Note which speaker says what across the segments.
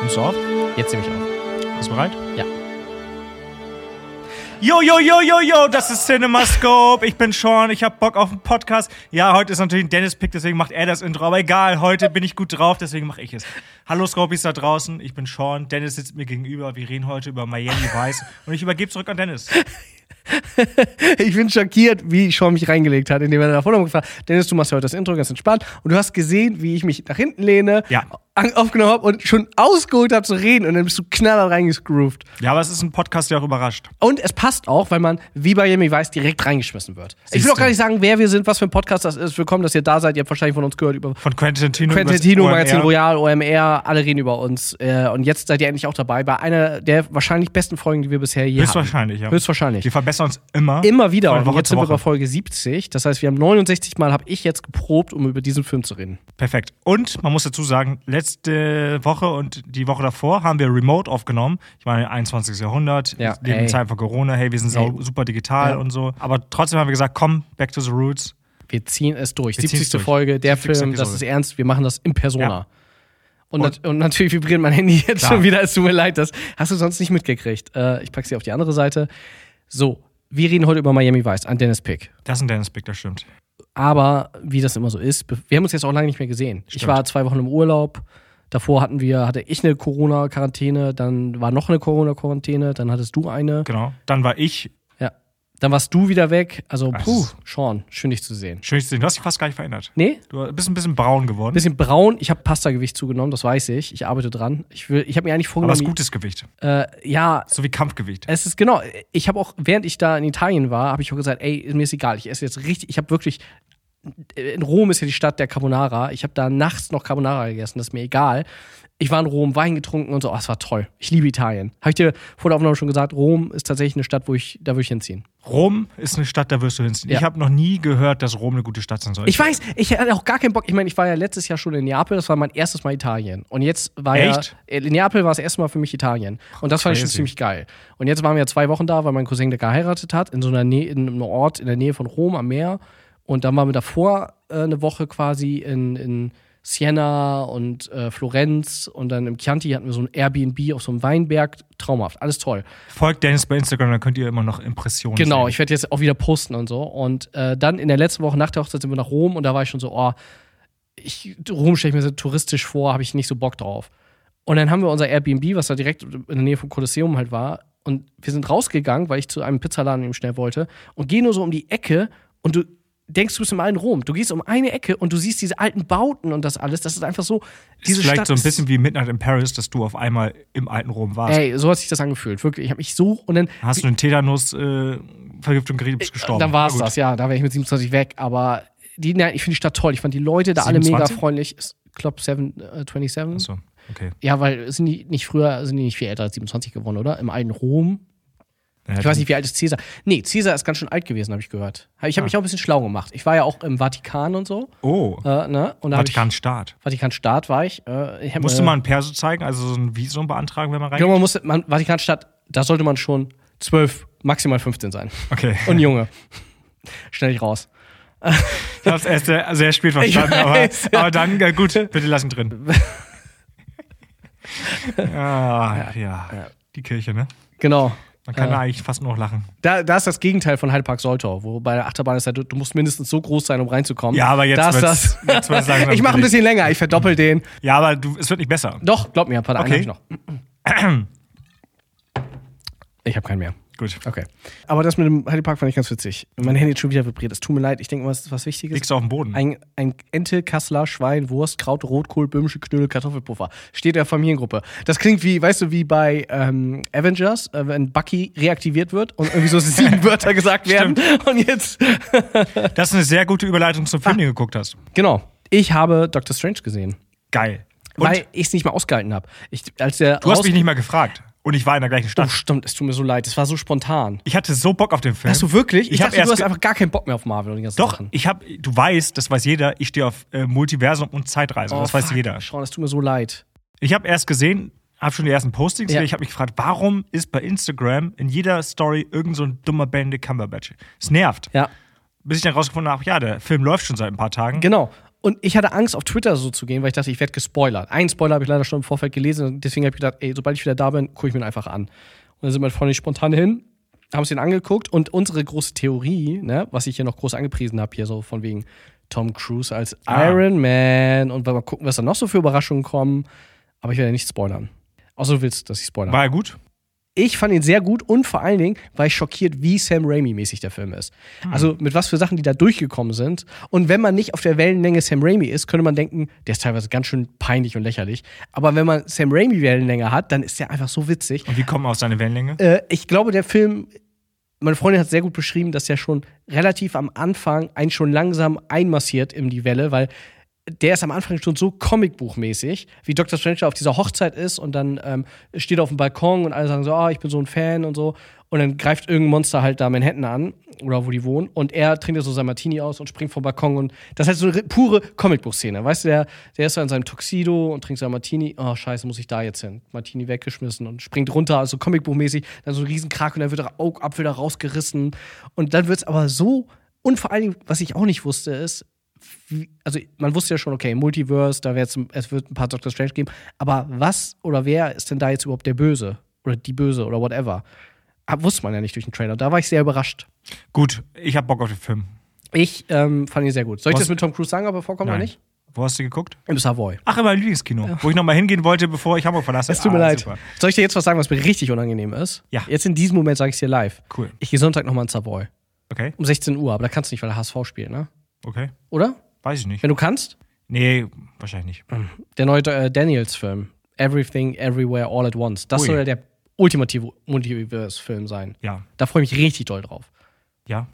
Speaker 1: Nimmst du auf?
Speaker 2: Jetzt nehme ich auf.
Speaker 1: Bist du bereit?
Speaker 2: Ja.
Speaker 1: Yo, yo, yo, yo, yo, das ist Cinemascope. Ich bin Sean, ich hab Bock auf einen Podcast. Ja, heute ist natürlich ein Dennis-Pick, deswegen macht er das Intro. Aber egal, heute bin ich gut drauf, deswegen mache ich es. Hallo Scopies da draußen, ich bin Sean. Dennis sitzt mir gegenüber. Wir reden heute über Miami Vice. Und ich übergebe zurück an Dennis.
Speaker 2: Ich bin schockiert, wie Sean mich reingelegt hat, indem er nach vorne gefragt hat. Dennis, du machst ja heute das Intro ganz entspannt. Und du hast gesehen, wie ich mich nach hinten lehne,
Speaker 1: Ja.
Speaker 2: an- aufgenommen habe und schon ausgeholt habe zu reden. Und dann bist du knaller reingesgroovt.
Speaker 1: Ja, aber es ist ein Podcast, der auch überrascht.
Speaker 2: Und es passt auch, weil man, wie bei Miami Weiß, direkt reingeschmissen wird. ich will auch
Speaker 1: Siehste.
Speaker 2: gar nicht sagen, wer wir sind, was für ein Podcast das ist. Willkommen, dass ihr da seid. Ihr habt wahrscheinlich von uns gehört über
Speaker 1: Von Quentin Tino. über das
Speaker 2: Quentin Tino,
Speaker 1: OMR.
Speaker 2: Magazin Royal, OMR, alle reden über uns. Äh, Und jetzt seid ihr endlich auch dabei bei einer der wahrscheinlich besten Folgen, die wir bisher je hatten.
Speaker 1: Höchstwahrscheinlich, ja.
Speaker 2: Höchstwahrscheinlich.
Speaker 1: Wir verbessern uns immer.
Speaker 2: Immer wieder.
Speaker 1: Von
Speaker 2: Und
Speaker 1: Woche
Speaker 2: jetzt
Speaker 1: zu
Speaker 2: sind wir
Speaker 1: Woche.
Speaker 2: bei Folge 70. Das heißt, wir haben 69 Mal, habe ich jetzt geprobt, um über diesen Film zu reden.
Speaker 1: Perfekt. Und man muss dazu sagen, letzte Woche und die Woche davor haben wir remote aufgenommen. Ich meine, 21. Jahrhundert,
Speaker 2: Ja,
Speaker 1: wir leben
Speaker 2: ey.
Speaker 1: in Zeiten von Corona, hey, wir sind sau-
Speaker 2: Ey.
Speaker 1: super digital
Speaker 2: Ja.
Speaker 1: und so. Aber trotzdem haben wir gesagt, komm, back to the roots.
Speaker 2: Wir ziehen es durch.
Speaker 1: Wir ziehen's
Speaker 2: 70.
Speaker 1: durch.
Speaker 2: Folge, der
Speaker 1: 70.
Speaker 2: Film, das
Speaker 1: Episode.
Speaker 2: ist ernst. Wir machen das in Persona.
Speaker 1: Ja.
Speaker 2: Und, nat und natürlich vibriert mein Handy jetzt
Speaker 1: Klar.
Speaker 2: schon wieder. Es tut mir leid, das hast du sonst nicht mitgekriegt. Äh, ich packe sie auf die andere Seite. So, wir reden heute über Miami Vice an Dennis Pick.
Speaker 1: Das ist ein Dennis Big, das stimmt.
Speaker 2: Aber wie das immer so ist, be- wir haben uns jetzt auch lange nicht mehr gesehen. Ich
Speaker 1: Stimmt.
Speaker 2: war zwei Wochen im Urlaub. Davor hatten wir, hatte ich eine Corona-Quarantäne, dann war noch eine Corona-Quarantäne, dann hattest du eine.
Speaker 1: Genau. Dann war ich,
Speaker 2: Ja. Dann warst du wieder weg. Also,
Speaker 1: Ach,
Speaker 2: puh,
Speaker 1: das
Speaker 2: Sean, schön dich zu sehen.
Speaker 1: schön zu sehen, du hast dich fast gar nicht verändert.
Speaker 2: Nee?
Speaker 1: Du bist ein bisschen braun geworden,
Speaker 2: Bisschen braun. Ich habe Pastagewicht zugenommen, das weiß ich. Ich arbeite dran. Ich, will- ich habe mir eigentlich
Speaker 1: aber es
Speaker 2: vorgenommen.
Speaker 1: ist gutes Gewicht.
Speaker 2: äh, ja,
Speaker 1: So wie Kampfgewicht.
Speaker 2: es ist genau. Ich habe auch, während ich da in Italien war, habe ich auch gesagt, ey, mir ist egal. Ich esse jetzt richtig. Ich habe wirklich. äh, In Rom ist ja die Stadt der Carbonara. Ich habe da nachts noch Carbonara gegessen, das ist mir egal. Ich war in Rom, Wein getrunken und so. Oh, es war toll. Ich liebe Italien. Habe ich dir vor der Aufnahme schon gesagt, Rom ist tatsächlich eine Stadt, wo ich, da würde ich hinziehen.
Speaker 1: Rom ist eine Stadt, da wirst du hinziehen.
Speaker 2: Ja.
Speaker 1: Ich habe noch nie gehört, dass Rom eine gute Stadt sein soll.
Speaker 2: Ich weiß, ich hatte auch gar keinen Bock. Ich meine, ich war ja letztes Jahr schon in Neapel, das war mein erstes Mal Italien. Und jetzt war
Speaker 1: Echt?
Speaker 2: ja. äh, In Neapel war das erste Mal für mich Italien. Und das fand ich schon
Speaker 1: Crazy.
Speaker 2: ziemlich geil. Und jetzt waren wir ja zwei Wochen da, weil mein Cousin da geheiratet hat, in so einer Nähe, in einem Ort in der Nähe von Rom am Meer. Und dann waren wir davor äh, eine Woche quasi in, in Siena und äh, Florenz und dann im Chianti hatten wir so ein Airbnb auf so einem Weinberg. Traumhaft, alles toll.
Speaker 1: Folgt Dennis bei Instagram, dann könnt ihr immer noch Impressionen
Speaker 2: Genau,
Speaker 1: sehen.
Speaker 2: ich werde jetzt auch wieder posten und so. Und äh, dann in der letzten Woche nach der Hochzeit sind wir nach Rom und da war ich schon so, oh, ich, Rom stelle ich mir so touristisch vor, habe ich nicht so Bock drauf. Und dann haben wir unser Airbnb, was da direkt in der Nähe vom Kolosseum halt war. Und wir sind rausgegangen, weil ich zu einem Pizzaladen eben schnell wollte. Und geh nur so um die Ecke und du denkst, du bist im alten Rom. Du gehst um eine Ecke und du siehst diese alten Bauten und das alles. Das ist einfach so. Diese
Speaker 1: ist vielleicht
Speaker 2: Stadt
Speaker 1: so ein
Speaker 2: ist- Äh,
Speaker 1: bisschen wie Midnight in Paris, dass du auf einmal im alten Rom warst.
Speaker 2: Ey, so hat sich das angefühlt. Wirklich. Ich habe mich so. Und dann
Speaker 1: Hast du eine Tetanus-Vergiftung geredet, bist gestorben.
Speaker 2: Äh, Dann war es
Speaker 1: Na gut.
Speaker 2: das, ja. Da wäre ich mit 27 weg. Aber die, nein, ich finde die Stadt toll. Ich fand die Leute da alle mega
Speaker 1: 27?
Speaker 2: freundlich. Ist Club 7, äh, 27.
Speaker 1: So, okay.
Speaker 2: Ja, weil sind die nicht früher, sind die nicht viel älter als 27 geworden, oder? Im alten Rom.
Speaker 1: Ja,
Speaker 2: Ich weiß nicht, wie alt ist Cäsar. Nee, Cäsar ist ganz schön alt gewesen, habe ich gehört.
Speaker 1: Ah.
Speaker 2: Ich habe mich auch ein bisschen schlau gemacht. Ich war ja auch im Vatikan und so.
Speaker 1: Oh,
Speaker 2: Äh, ne? und da hab
Speaker 1: Vatikanstaat.
Speaker 2: Ich, Vatikanstaat war ich. Äh, ich hab,
Speaker 1: Musste
Speaker 2: äh,
Speaker 1: man ein Perso zeigen, also so ein Visum beantragen, wenn man
Speaker 2: Ja,
Speaker 1: reingeht?
Speaker 2: man musste, man, Vatikanstadt, da sollte man schon 12, maximal 15 sein.
Speaker 1: Okay.
Speaker 2: Und Junge. Schnell dich raus.
Speaker 1: Ich hab's erst sehr, sehr spät verstanden,
Speaker 2: Ich
Speaker 1: aber,
Speaker 2: weiß, ja.
Speaker 1: aber dann, äh, gut, bitte lass ihn drin. ah, ja, Die Kirche, ne?
Speaker 2: Genau.
Speaker 1: Man kann da eigentlich fast nur noch lachen.
Speaker 2: Da, da ist das Gegenteil von Heidepark Soltau, wo bei der Achterbahn ist ja, du, du musst mindestens so groß sein, um reinzukommen.
Speaker 1: Ja, aber jetzt
Speaker 2: da ist
Speaker 1: wird's-
Speaker 2: das.
Speaker 1: jetzt wird's langsam
Speaker 2: ich mache ein
Speaker 1: billig.
Speaker 2: bisschen länger, ich verdoppel den.
Speaker 1: Ja, aber du, es wird nicht besser.
Speaker 2: Doch, glaub mir, ein paar Mhm. okay.
Speaker 1: Okay.
Speaker 2: habe ich noch. Ich habe keinen mehr.
Speaker 1: Gut.
Speaker 2: Okay. Aber das mit dem Heidepark fand ich ganz witzig. Mein Handy hat schon wieder vibriert. Es tut mir leid, ich denke mal, es ist was Wichtiges.
Speaker 1: Liegst du auf dem Boden?
Speaker 2: Ein, ein Ente, Kassler, Schwein, Wurst, Kraut, Rotkohl, böhmische Knödel, Kartoffelpuffer. Steht der Familiengruppe. Das klingt wie, weißt du, wie bei ähm, Avengers, äh, wenn Bucky reaktiviert wird und irgendwie so sieben Wörter gesagt werden. Und jetzt
Speaker 1: Das ist eine sehr gute Überleitung zum
Speaker 2: Ah.
Speaker 1: Film, den du geguckt hast.
Speaker 2: Genau. Ich habe Doctor Strange gesehen,
Speaker 1: Geil. Und
Speaker 2: weil ich es nicht mehr ausgehalten habe. Ich, als der
Speaker 1: du hast mich nicht mal gefragt. Und ich war in der gleichen
Speaker 2: Oh,
Speaker 1: Stadt.
Speaker 2: stimmt, es tut mir so leid. Es war so spontan.
Speaker 1: Ich hatte so Bock auf den Film.
Speaker 2: Hast du wirklich? Ich,
Speaker 1: Ich hab
Speaker 2: dachte, du
Speaker 1: erst
Speaker 2: hast
Speaker 1: ge-
Speaker 2: einfach gar keinen Bock mehr auf Marvel und die ganzen
Speaker 1: Doch,
Speaker 2: Sachen.
Speaker 1: ich habe, du weißt, das weiß jeder, ich stehe auf äh, Multiversum und Zeitreisen, das weiß
Speaker 2: Oh, fuck,
Speaker 1: jeder.
Speaker 2: Sean, es tut mir so leid.
Speaker 1: Ich habe erst gesehen, habe schon die ersten Postings,
Speaker 2: Ja.
Speaker 1: gesehen, ich habe mich gefragt, warum ist bei Instagram in jeder Story irgend so ein dummer Bände Cumberbatch? Es nervt.
Speaker 2: Ja,
Speaker 1: Bis ich dann rausgefunden habe, ja, der Film läuft schon seit ein paar Tagen.
Speaker 2: genau. Und ich hatte Angst, auf Twitter so zu gehen, weil ich dachte, ich werde gespoilert. Einen Spoiler habe ich leider schon im Vorfeld gelesen. und Deswegen habe ich gedacht, ey, sobald ich wieder da bin, gucke ich mir den einfach an. Und dann sind meine Freunde spontan hin, haben es den angeguckt. Und unsere große Theorie, ne, was ich hier noch groß angepriesen habe, hier so von wegen Tom Cruise als
Speaker 1: Ah.
Speaker 2: Iron Man. Und mal gucken, was da noch so für Überraschungen kommen. Aber ich werde nicht spoilern. Außer du willst, dass ich spoilere.
Speaker 1: War er gut?
Speaker 2: Ich fand ihn sehr gut und vor allen Dingen war ich schockiert, wie Sam Raimi-mäßig der Film ist. Also mit was für Sachen, die da durchgekommen sind. Und wenn man nicht auf der Wellenlänge Sam Raimi ist, könnte man denken, der ist teilweise ganz schön peinlich und lächerlich. Aber wenn man Sam Raimi-Wellenlänge hat, dann ist der einfach so witzig.
Speaker 1: Und wie kommen aus seine Wellenlänge?
Speaker 2: Äh, ich glaube, der Film, meine Freundin hat sehr gut beschrieben, dass der schon relativ am Anfang einen schon langsam einmassiert in die Welle, weil der ist am Anfang schon so comicbuchmäßig, wie Dr. Strange auf dieser Hochzeit ist und dann ähm, steht er auf dem Balkon und alle sagen so, ah, ich bin so ein Fan und so. Und dann greift irgendein Monster halt da Manhattan an oder wo die wohnen und er trinkt ja so sein Martini aus und springt vom Balkon und das ist halt so eine ri- pure Comicbuchszene. Weißt du, der, der ist da in seinem Tuxedo und trinkt sein Martini. Oh, scheiße, muss ich da jetzt hin? Martini weggeschmissen und springt runter, also Comicbuchmäßig, dann so ein Riesenkrak und dann wird der Augapfel da rausgerissen. Und dann wird es aber so, und vor allen Dingen, was ich auch nicht wusste, ist, wie- also man wusste ja schon, okay, Multiverse, da wird's, es wird ein paar Doctor Strange geben, aber was oder wer ist denn da jetzt überhaupt der Böse oder die Böse oder whatever? Ah, Wusste man ja nicht durch den Trailer. Da war ich sehr überrascht.
Speaker 1: Gut, ich hab Bock auf den Film.
Speaker 2: Ich ähm, fand ihn sehr gut. Soll ich
Speaker 1: Was-
Speaker 2: das mit Tom Cruise sagen, aber vorkommen oder
Speaker 1: Nein.
Speaker 2: nicht?
Speaker 1: Wo hast du geguckt?
Speaker 2: Im Savoy.
Speaker 1: Ach, in meinem Lieblingskino, wo ich nochmal hingehen wollte, bevor ich Hamburg verlasse.
Speaker 2: Es tut mir
Speaker 1: Ah,
Speaker 2: leid.
Speaker 1: super.
Speaker 2: Soll ich dir jetzt was sagen, was mir richtig unangenehm ist?
Speaker 1: Ja.
Speaker 2: Jetzt in diesem Moment sage ich dir live.
Speaker 1: Cool.
Speaker 2: Ich gehe Sonntag nochmal ins Savoy.
Speaker 1: Okay,
Speaker 2: Um 16 Uhr, aber da kannst du nicht, weil der HSV spielt, ne?
Speaker 1: okay.
Speaker 2: Oder?
Speaker 1: Weiß ich nicht.
Speaker 2: Wenn du kannst?
Speaker 1: Nee, wahrscheinlich nicht.
Speaker 2: Der neue äh, Daniels-Film. Everything, Everywhere, All at Once. Das
Speaker 1: Ui.
Speaker 2: soll ja der ultimative Multiverse-Film sein.
Speaker 1: Ja,
Speaker 2: Da freue ich mich richtig doll drauf.
Speaker 1: ja.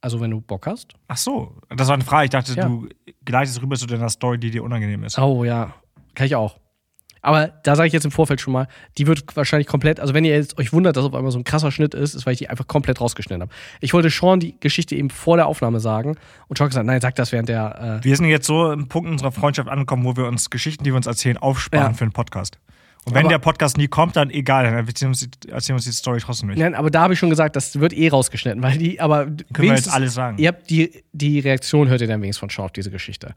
Speaker 2: Also, wenn du Bock hast.
Speaker 1: Ach so, das war eine Frage. Ich dachte,
Speaker 2: Ja.
Speaker 1: du gleitest rüber zu deiner Story, die dir unangenehm ist.
Speaker 2: Oh ja, kann ich auch. Aber da sage ich jetzt im Vorfeld schon mal, die wird wahrscheinlich komplett, also wenn ihr jetzt euch wundert, dass auf einmal so ein krasser Schnitt ist, ist, weil ich die einfach komplett rausgeschnitten habe. Ich wollte Sean die Geschichte eben vor der Aufnahme sagen und Sean hat gesagt, nein, sag das während der, äh,
Speaker 1: Wir sind jetzt so im Punkt unserer Freundschaft angekommen, wo wir uns Geschichten, die wir uns erzählen, aufsparen
Speaker 2: Ja.
Speaker 1: für den Podcast. Und wenn
Speaker 2: Aber-
Speaker 1: der Podcast nie kommt, dann egal, dann erzählen wir uns die, erzählen wir uns die Story trotzdem nicht.
Speaker 2: nein, aber da habe ich schon gesagt, das wird eh rausgeschnitten, weil die, aber
Speaker 1: Können wir jetzt alles sagen.
Speaker 2: Ihr habt die, die Reaktion hört ihr dann wenigstens von Sean auf diese Geschichte.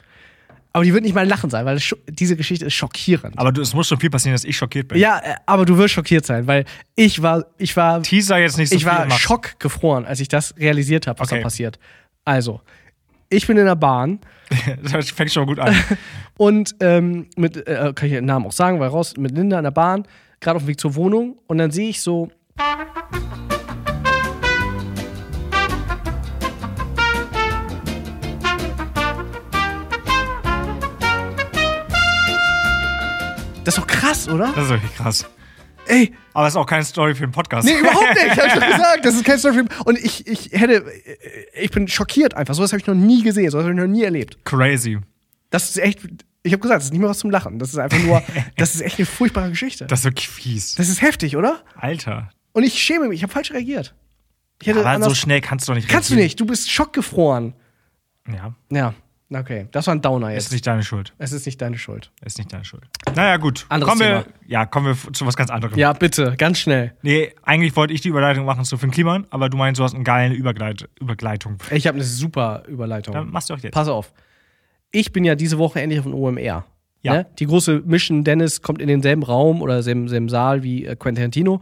Speaker 2: Aber die wird nicht mal ein Lachen sein, weil es scho- diese Geschichte ist schockierend.
Speaker 1: Aber du, es muss schon viel passieren, dass ich schockiert bin.
Speaker 2: ja, äh, aber du wirst schockiert sein, weil ich war, ich war,
Speaker 1: Teaser jetzt nicht so
Speaker 2: ich
Speaker 1: viel
Speaker 2: war
Speaker 1: macht.
Speaker 2: schockgefroren, als ich das realisiert habe, was
Speaker 1: Okay.
Speaker 2: da passiert. Also, ich bin in der Bahn
Speaker 1: Das fängt schon mal gut an.
Speaker 2: und ähm, mit, äh, kann ich den Namen auch sagen, weil raus mit Linda in der Bahn, gerade auf dem Weg zur Wohnung und dann sehe ich so. Das ist doch krass, oder?
Speaker 1: Das ist wirklich krass.
Speaker 2: Ey,
Speaker 1: Aber es ist auch keine Story für den Podcast.
Speaker 2: Nee, überhaupt nicht. Hab ich doch gesagt. Das ist kein Storyfilm. Und ich, ich hätte, äh, ich bin schockiert einfach. So was habe ich noch nie gesehen. So was habe ich noch nie erlebt.
Speaker 1: Crazy.
Speaker 2: Das ist echt, ich habe gesagt, das ist nicht mehr was zum Lachen. Das ist einfach nur, das ist echt eine furchtbare Geschichte.
Speaker 1: Das ist wirklich fies.
Speaker 2: Das ist heftig, oder?
Speaker 1: Alter.
Speaker 2: Und ich schäme mich. Ich habe falsch reagiert. Ich hätte
Speaker 1: Aber
Speaker 2: anders,
Speaker 1: so schnell kannst du doch nicht
Speaker 2: kannst du nicht. Du bist schockgefroren.
Speaker 1: reagieren. Ja.
Speaker 2: Ja, na okay. Das war ein Downer
Speaker 1: Ist
Speaker 2: jetzt.
Speaker 1: nicht deine Schuld.
Speaker 2: Es ist nicht deine Schuld.
Speaker 1: Ist nicht deine Schuld. Naja, gut.
Speaker 2: Anderes
Speaker 1: kommen wir, Ja, kommen wir f- zu was ganz anderem.
Speaker 2: Ja, bitte, ganz schnell.
Speaker 1: Nee, eigentlich wollte ich die Überleitung machen zu Finn Kliman, aber du meinst, du hast eine geile Übergleit Übergleitung.
Speaker 2: Ich habe eine super Überleitung.
Speaker 1: Dann machst du auch jetzt.
Speaker 2: Pass auf. Ich bin ja diese Woche endlich auf dem OMR.
Speaker 1: Ja.
Speaker 2: Ne? Die große Mission Dennis kommt in denselben Raum oder selben, selben Saal wie äh, Quentin Tarantino.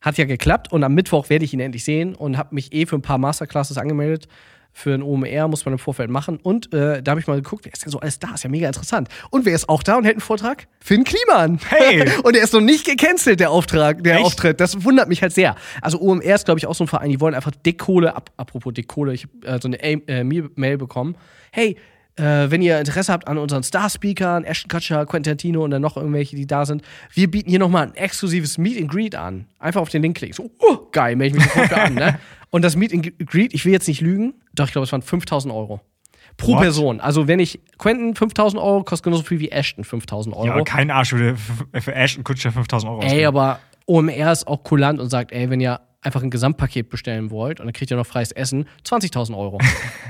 Speaker 2: Hat ja geklappt und am Mittwoch werde ich ihn endlich sehen und habe mich eh für ein paar Masterclasses angemeldet. Für ein OMR muss man im Vorfeld machen. Und äh, da habe ich mal geguckt, wer ist denn so alles da? Ist ja mega interessant. Und wer ist auch da und hält einen Vortrag? Finn Kliman.
Speaker 1: Hey!
Speaker 2: und er ist noch nicht gecancelt, der Auftrag, der
Speaker 1: Echt?
Speaker 2: Auftritt. Das wundert mich halt sehr. Also OMR ist, glaube ich, auch so ein Verein, die wollen einfach Dickkohle, ab, apropos Dickkohle, ich habe äh, so eine Aim- äh, Mail Mail bekommen. Hey, äh, wenn ihr Interesse habt an unseren Star-Speakern, Ashton Kutcher, Quentin Tarantino und dann noch irgendwelche, die da sind, wir bieten hier nochmal ein exklusives Meet and Greet an. Einfach auf den Link klicken. So, oh, geil, melde ich mich sofort für an. Ne? Und das Meet and Greet, ich will jetzt nicht lügen, doch ich glaube, es waren 5000 Euro. Pro
Speaker 1: What?
Speaker 2: Person. Also, wenn ich Quentin 5000 Euro, kostet genauso viel wie Ashton 5000 Euro.
Speaker 1: Ja, aber kein Arsch würde f- für Ashton Kutscher 5000 Euro
Speaker 2: Ey,
Speaker 1: ausgeben.
Speaker 2: aber OMR ist auch kulant und sagt, ey, wenn ihr einfach ein Gesamtpaket bestellen wollt und dann kriegt ihr noch freies Essen, 20.000 Euro.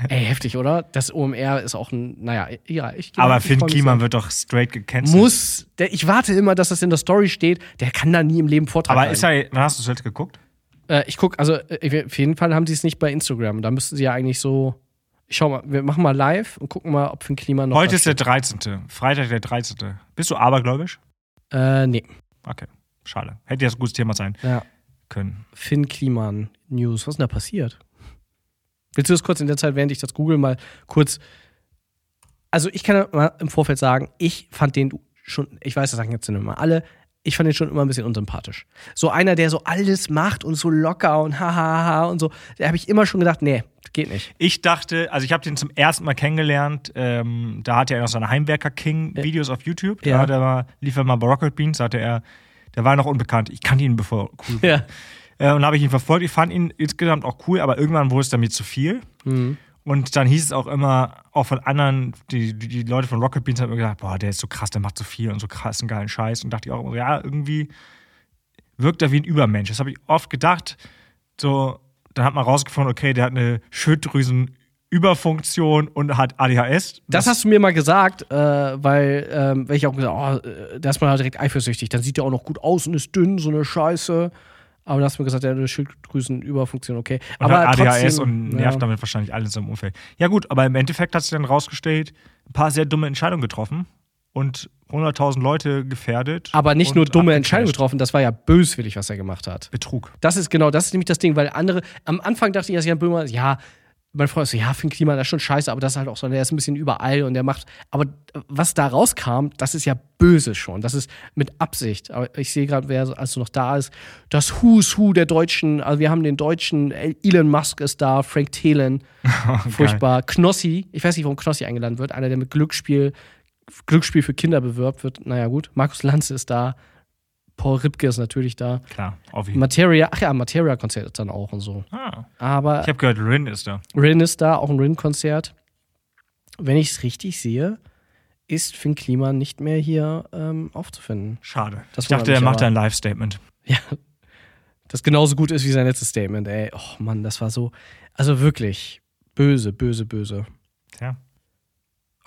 Speaker 2: ey, heftig, oder? Das OMR ist auch ein, naja, ja, ich
Speaker 1: Aber
Speaker 2: ich
Speaker 1: Finn
Speaker 2: freu mich
Speaker 1: Kliman wird doch straight
Speaker 2: sehr.
Speaker 1: gecancelt.
Speaker 2: muss, der, ich warte immer, dass das in der Story steht, der kann da nie im Leben Vortrag
Speaker 1: Aber
Speaker 2: halten.
Speaker 1: ist er, wann hast du zuletzt geguckt?
Speaker 2: äh, ich guck, also äh, auf jeden Fall haben sie es nicht bei Instagram, da müssten sie ja eigentlich so Ich schau mal, wir machen mal live und gucken mal, ob für ein Klima noch.
Speaker 1: Heute
Speaker 2: was
Speaker 1: ist der 13. Freitag der 13. Bist du abergläubisch?
Speaker 2: Äh, nee.
Speaker 1: Okay, schade. Hätte ja ein gutes Thema sein
Speaker 2: Ja.
Speaker 1: können.
Speaker 2: Finn Kliman News. Was ist denn da passiert? Willst du das kurz in der Zeit, während ich das google, mal kurz. Also, ich kann ja mal im Vorfeld sagen, ich fand den schon, ich weiß, das sagen jetzt immer alle, ich fand den schon immer ein bisschen unsympathisch. So einer, der so alles macht und so locker und hahaha und so, da habe ich immer schon gedacht, nee, geht nicht.
Speaker 1: Ich dachte, also ich habe den zum ersten Mal kennengelernt. Ähm, da hatte er noch seine Heimwerker King-Videos auf YouTube. Da
Speaker 2: Ja.
Speaker 1: hat er mal, lief er mal bei Rocket Beans, hatte er, der war noch unbekannt. Ich kannte ihn bevor cool war.
Speaker 2: Ja.
Speaker 1: Äh, und da habe ich ihn verfolgt. Ich fand ihn insgesamt auch cool, aber irgendwann wurde es dann mir zu viel. Und dann hieß es auch immer, auch von anderen, die, die, die Leute von Rocket Beans haben immer gesagt, boah, der ist so krass, der macht so viel und so krass einen geilen Scheiß. Und dachte ich auch immer, so, ja, irgendwie wirkt er wie ein Übermensch. Das habe ich oft gedacht. So, dann hat man rausgefunden, okay, der hat eine Schilddrüsenüberfunktion und hat ADHS.
Speaker 2: Das hast du mir mal gesagt, äh, weil, ähm, weil ich auch gesagt, oh, äh, da ist man halt direkt eifersüchtig. Dann sieht er auch noch gut aus und ist dünn, so eine Scheiße. Aber da hast du mir gesagt, ja, eine Schilddrüsenüberfunktion, okay.
Speaker 1: Und
Speaker 2: aber
Speaker 1: hat ADHS
Speaker 2: trotzdem,
Speaker 1: und nervt
Speaker 2: ja.
Speaker 1: damit wahrscheinlich alle in seinem Umfeld. Ja, gut, aber im Endeffekt hat sie dann rausgestellt, ein paar sehr dumme Entscheidungen getroffen und 100.000 Leute gefährdet.
Speaker 2: Aber nicht
Speaker 1: und
Speaker 2: nur dumme
Speaker 1: abgecasht.
Speaker 2: Entscheidungen getroffen, das war ja böswillig, was er gemacht hat.
Speaker 1: Betrug.
Speaker 2: Das ist genau, das ist nämlich das Ding, weil andere, am Anfang dachte ich, dass Jan Böhmer, ja, mein Freund ist so, ja, Finn Kliman, das ist schon scheiße, aber das ist halt auch so, der ist ein bisschen überall und der macht, aber was da rauskam, das ist ja böse schon, das ist mit Absicht, aber ich sehe gerade, wer so- also noch da ist, das Who's Who der Deutschen, also wir haben den Deutschen, Elon Musk ist da, Frank Thelen, furchtbar, Knossi, ich weiß nicht, warum Knossi eingeladen wird, einer, der mit Glücksspiel, Glücksspiel für Kinder bewirbt wird, naja gut, Markus Lanz ist da, Paul Ripke ist natürlich da.
Speaker 1: Klar, auf jeden Fall.
Speaker 2: Materia, ach ja, Materia-Konzert dann auch und so.
Speaker 1: Ah,
Speaker 2: Aber
Speaker 1: ich habe gehört, Rin ist da.
Speaker 2: Rin ist da, auch ein Rin-Konzert. Wenn ich es richtig sehe, ist Finn Kliman nicht mehr hier ähm, aufzufinden.
Speaker 1: Schade.
Speaker 2: Das
Speaker 1: ich dachte,
Speaker 2: wundert
Speaker 1: er
Speaker 2: mich
Speaker 1: macht
Speaker 2: aber.
Speaker 1: ein Live-Statement.
Speaker 2: Das genauso gut ist wie sein letztes Statement, ey. Och Mann, das war so. Also wirklich. Böse, böse, böse.
Speaker 1: Tja,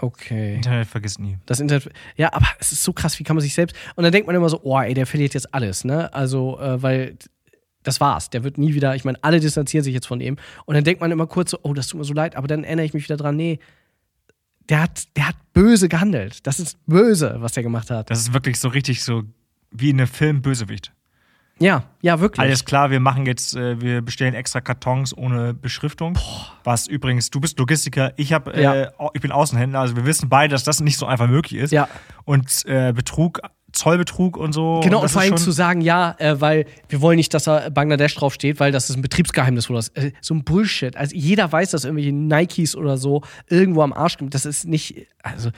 Speaker 2: Okay.
Speaker 1: Internet vergisst nie.
Speaker 2: Das Internet. Ja, aber es ist so krass, wie kann man sich selbst. Und dann denkt man immer so, oh, ey, der verliert jetzt alles, ne? Also, äh, weil das war's. Der wird nie wieder. Ich meine, alle distanzieren sich jetzt von ihm. Und dann denkt man immer kurz so, oh, das tut mir so leid. Aber dann erinnere ich mich wieder dran, nee, der hat, der hat böse gehandelt. Das ist böse, was der gemacht hat.
Speaker 1: Das ist wirklich so richtig so wie in einem Film Bösewicht.
Speaker 2: Ja, ja, wirklich.
Speaker 1: Alles klar, wir machen jetzt, äh, wir bestellen extra Kartons ohne Beschriftung. Was übrigens, du bist Logistiker, ich hab, äh, au- ich bin Außenhändler, also wir wissen beide, dass das nicht so einfach möglich ist.
Speaker 2: Ja.
Speaker 1: Und äh, Betrug, Zollbetrug und so.
Speaker 2: Genau, und
Speaker 1: das
Speaker 2: vor
Speaker 1: ist
Speaker 2: allem
Speaker 1: schon-
Speaker 2: zu sagen, ja, äh, weil wir wollen nicht, dass da Bangladesch draufsteht, weil das ist ein Betriebsgeheimnis oder das, äh, so ein Bullshit. Also jeder weiß, dass irgendwelche Nikes oder so irgendwo am Arsch gibt. Das ist nicht, also,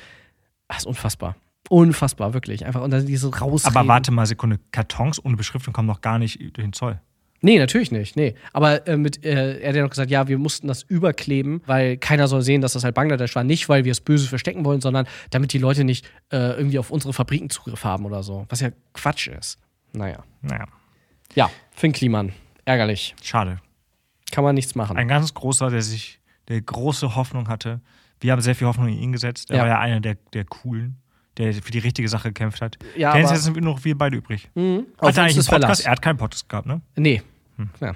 Speaker 2: das ist unfassbar. Unfassbar, wirklich. Einfach und dann diese raus.
Speaker 1: Aber warte mal Sekunde, Kartons ohne Beschriftung kommen noch gar nicht durch den Zoll.
Speaker 2: Nee, natürlich nicht. Nee. Aber äh, mit, äh, er hat ja noch gesagt, ja, wir mussten das überkleben, weil keiner soll sehen, dass das halt Bangladesch war. Nicht, weil wir es böse verstecken wollen, sondern damit die Leute nicht äh, irgendwie auf unsere Fabriken Zugriff haben oder so. Was ja Quatsch ist. Naja.
Speaker 1: Naja,
Speaker 2: Ja, Finn Kliman. Ärgerlich.
Speaker 1: schade.
Speaker 2: Kann man nichts machen.
Speaker 1: Ein ganz großer, der sich, der große Hoffnung hatte. Wir haben sehr viel Hoffnung in ihn gesetzt. Er
Speaker 2: Ja.
Speaker 1: war ja einer der, der coolen, der für die richtige Sache gekämpft hat.
Speaker 2: Ja,
Speaker 1: der ist
Speaker 2: aber- Mhm.
Speaker 1: jetzt nur noch wir beide übrig.
Speaker 2: Auf
Speaker 1: Hat er
Speaker 2: uns
Speaker 1: eigentlich einen
Speaker 2: ist
Speaker 1: Podcast?
Speaker 2: Verlass.
Speaker 1: Er hat keinen Podcast gehabt, ne?
Speaker 2: Nee. Ja.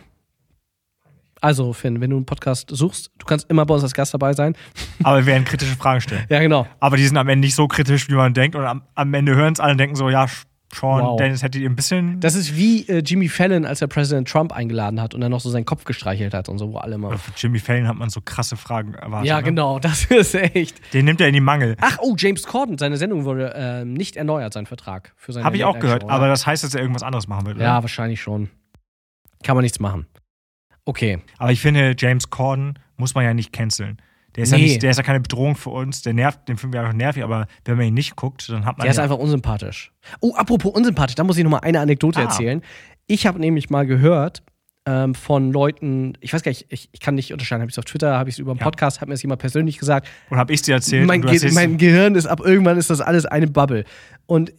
Speaker 2: Also, Finn, wenn du einen Podcast suchst, du kannst immer bei uns als Gast dabei sein.
Speaker 1: Aber wir werden kritische Fragen stellen.
Speaker 2: Ja, genau.
Speaker 1: Aber die sind am Ende nicht so kritisch, wie man denkt. Und am, am Ende hören es alle und denken so, ja, Sch- Sean,
Speaker 2: Wow.
Speaker 1: Dennis hättet ihr ein bisschen.
Speaker 2: Das ist wie äh, Jimmy Fallon, als er Präsident Trump eingeladen hat und dann noch so seinen Kopf gestreichelt hat und so, wo alle mal.
Speaker 1: Für Jimmy Fallon hat man so krasse Fragen erwartet.
Speaker 2: Ja,
Speaker 1: ne?
Speaker 2: genau, das ist echt.
Speaker 1: Den nimmt er in die Mangel.
Speaker 2: Ach, oh, James Corden, seine Sendung wurde ähm, nicht erneuert, sein Vertrag. für seine
Speaker 1: Habe ich auch gehört.
Speaker 2: Late-Night-Show,
Speaker 1: Aber das heißt, dass er irgendwas anderes machen wird.
Speaker 2: oder?
Speaker 1: oder?
Speaker 2: Ja, wahrscheinlich schon. Kann man nichts machen. Okay.
Speaker 1: Aber ich finde, James Corden muss man ja nicht canceln. Der ist, ja
Speaker 2: Nee.
Speaker 1: nicht, der ist ja keine Bedrohung für uns. Der nervt, den finden wir einfach nervig. Aber wenn man ihn nicht guckt, dann hat man.
Speaker 2: Der ist
Speaker 1: ja,
Speaker 2: einfach unsympathisch. Oh, apropos unsympathisch, da muss ich noch mal eine Anekdote
Speaker 1: Ah.
Speaker 2: erzählen. Ich habe nämlich mal gehört ähm, von Leuten, ich weiß gar nicht, ich, ich kann nicht unterscheiden, habe ich es auf Twitter, habe ich es über einen
Speaker 1: Ja.
Speaker 2: Podcast, hat mir das jemand persönlich gesagt,
Speaker 1: und habe ich dir erzählt.
Speaker 2: mein,
Speaker 1: und du
Speaker 2: Ge
Speaker 1: erzählst-
Speaker 2: mein Gehirn ist ab irgendwann ist das alles eine Bubble. Und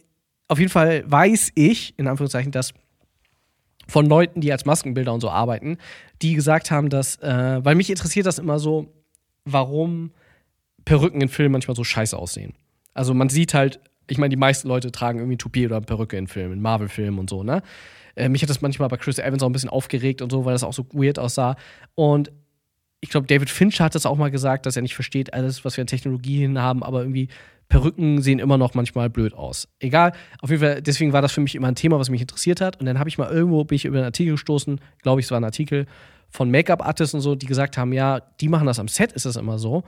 Speaker 2: auf jeden Fall weiß ich, in Anführungszeichen, dass von Leuten, die als Maskenbilder und so arbeiten, die gesagt haben, dass, äh, weil mich interessiert das immer so, warum Perücken in Filmen manchmal so scheiße aussehen. Also man sieht halt, ich meine, die meisten Leute tragen irgendwie ein Toupet oder eine Perücke in Filmen, in Marvel-Filmen und so, ne? Äh, mich hat das manchmal bei Chris Evans auch ein bisschen aufgeregt und so, weil das auch so weird aussah. Und ich glaube, David Fincher hat das auch mal gesagt, dass er nicht versteht, alles, was wir an Technologien haben, aber irgendwie Perücken sehen immer noch manchmal blöd aus. Egal, auf jeden Fall, deswegen war das für mich immer ein Thema, was mich interessiert hat. Und dann habe ich mal irgendwo, bin ich über einen Artikel gestoßen, glaube ich, es war ein Artikel von Make-up-Artists und so, die gesagt haben, ja, die machen das am Set, ist das immer so.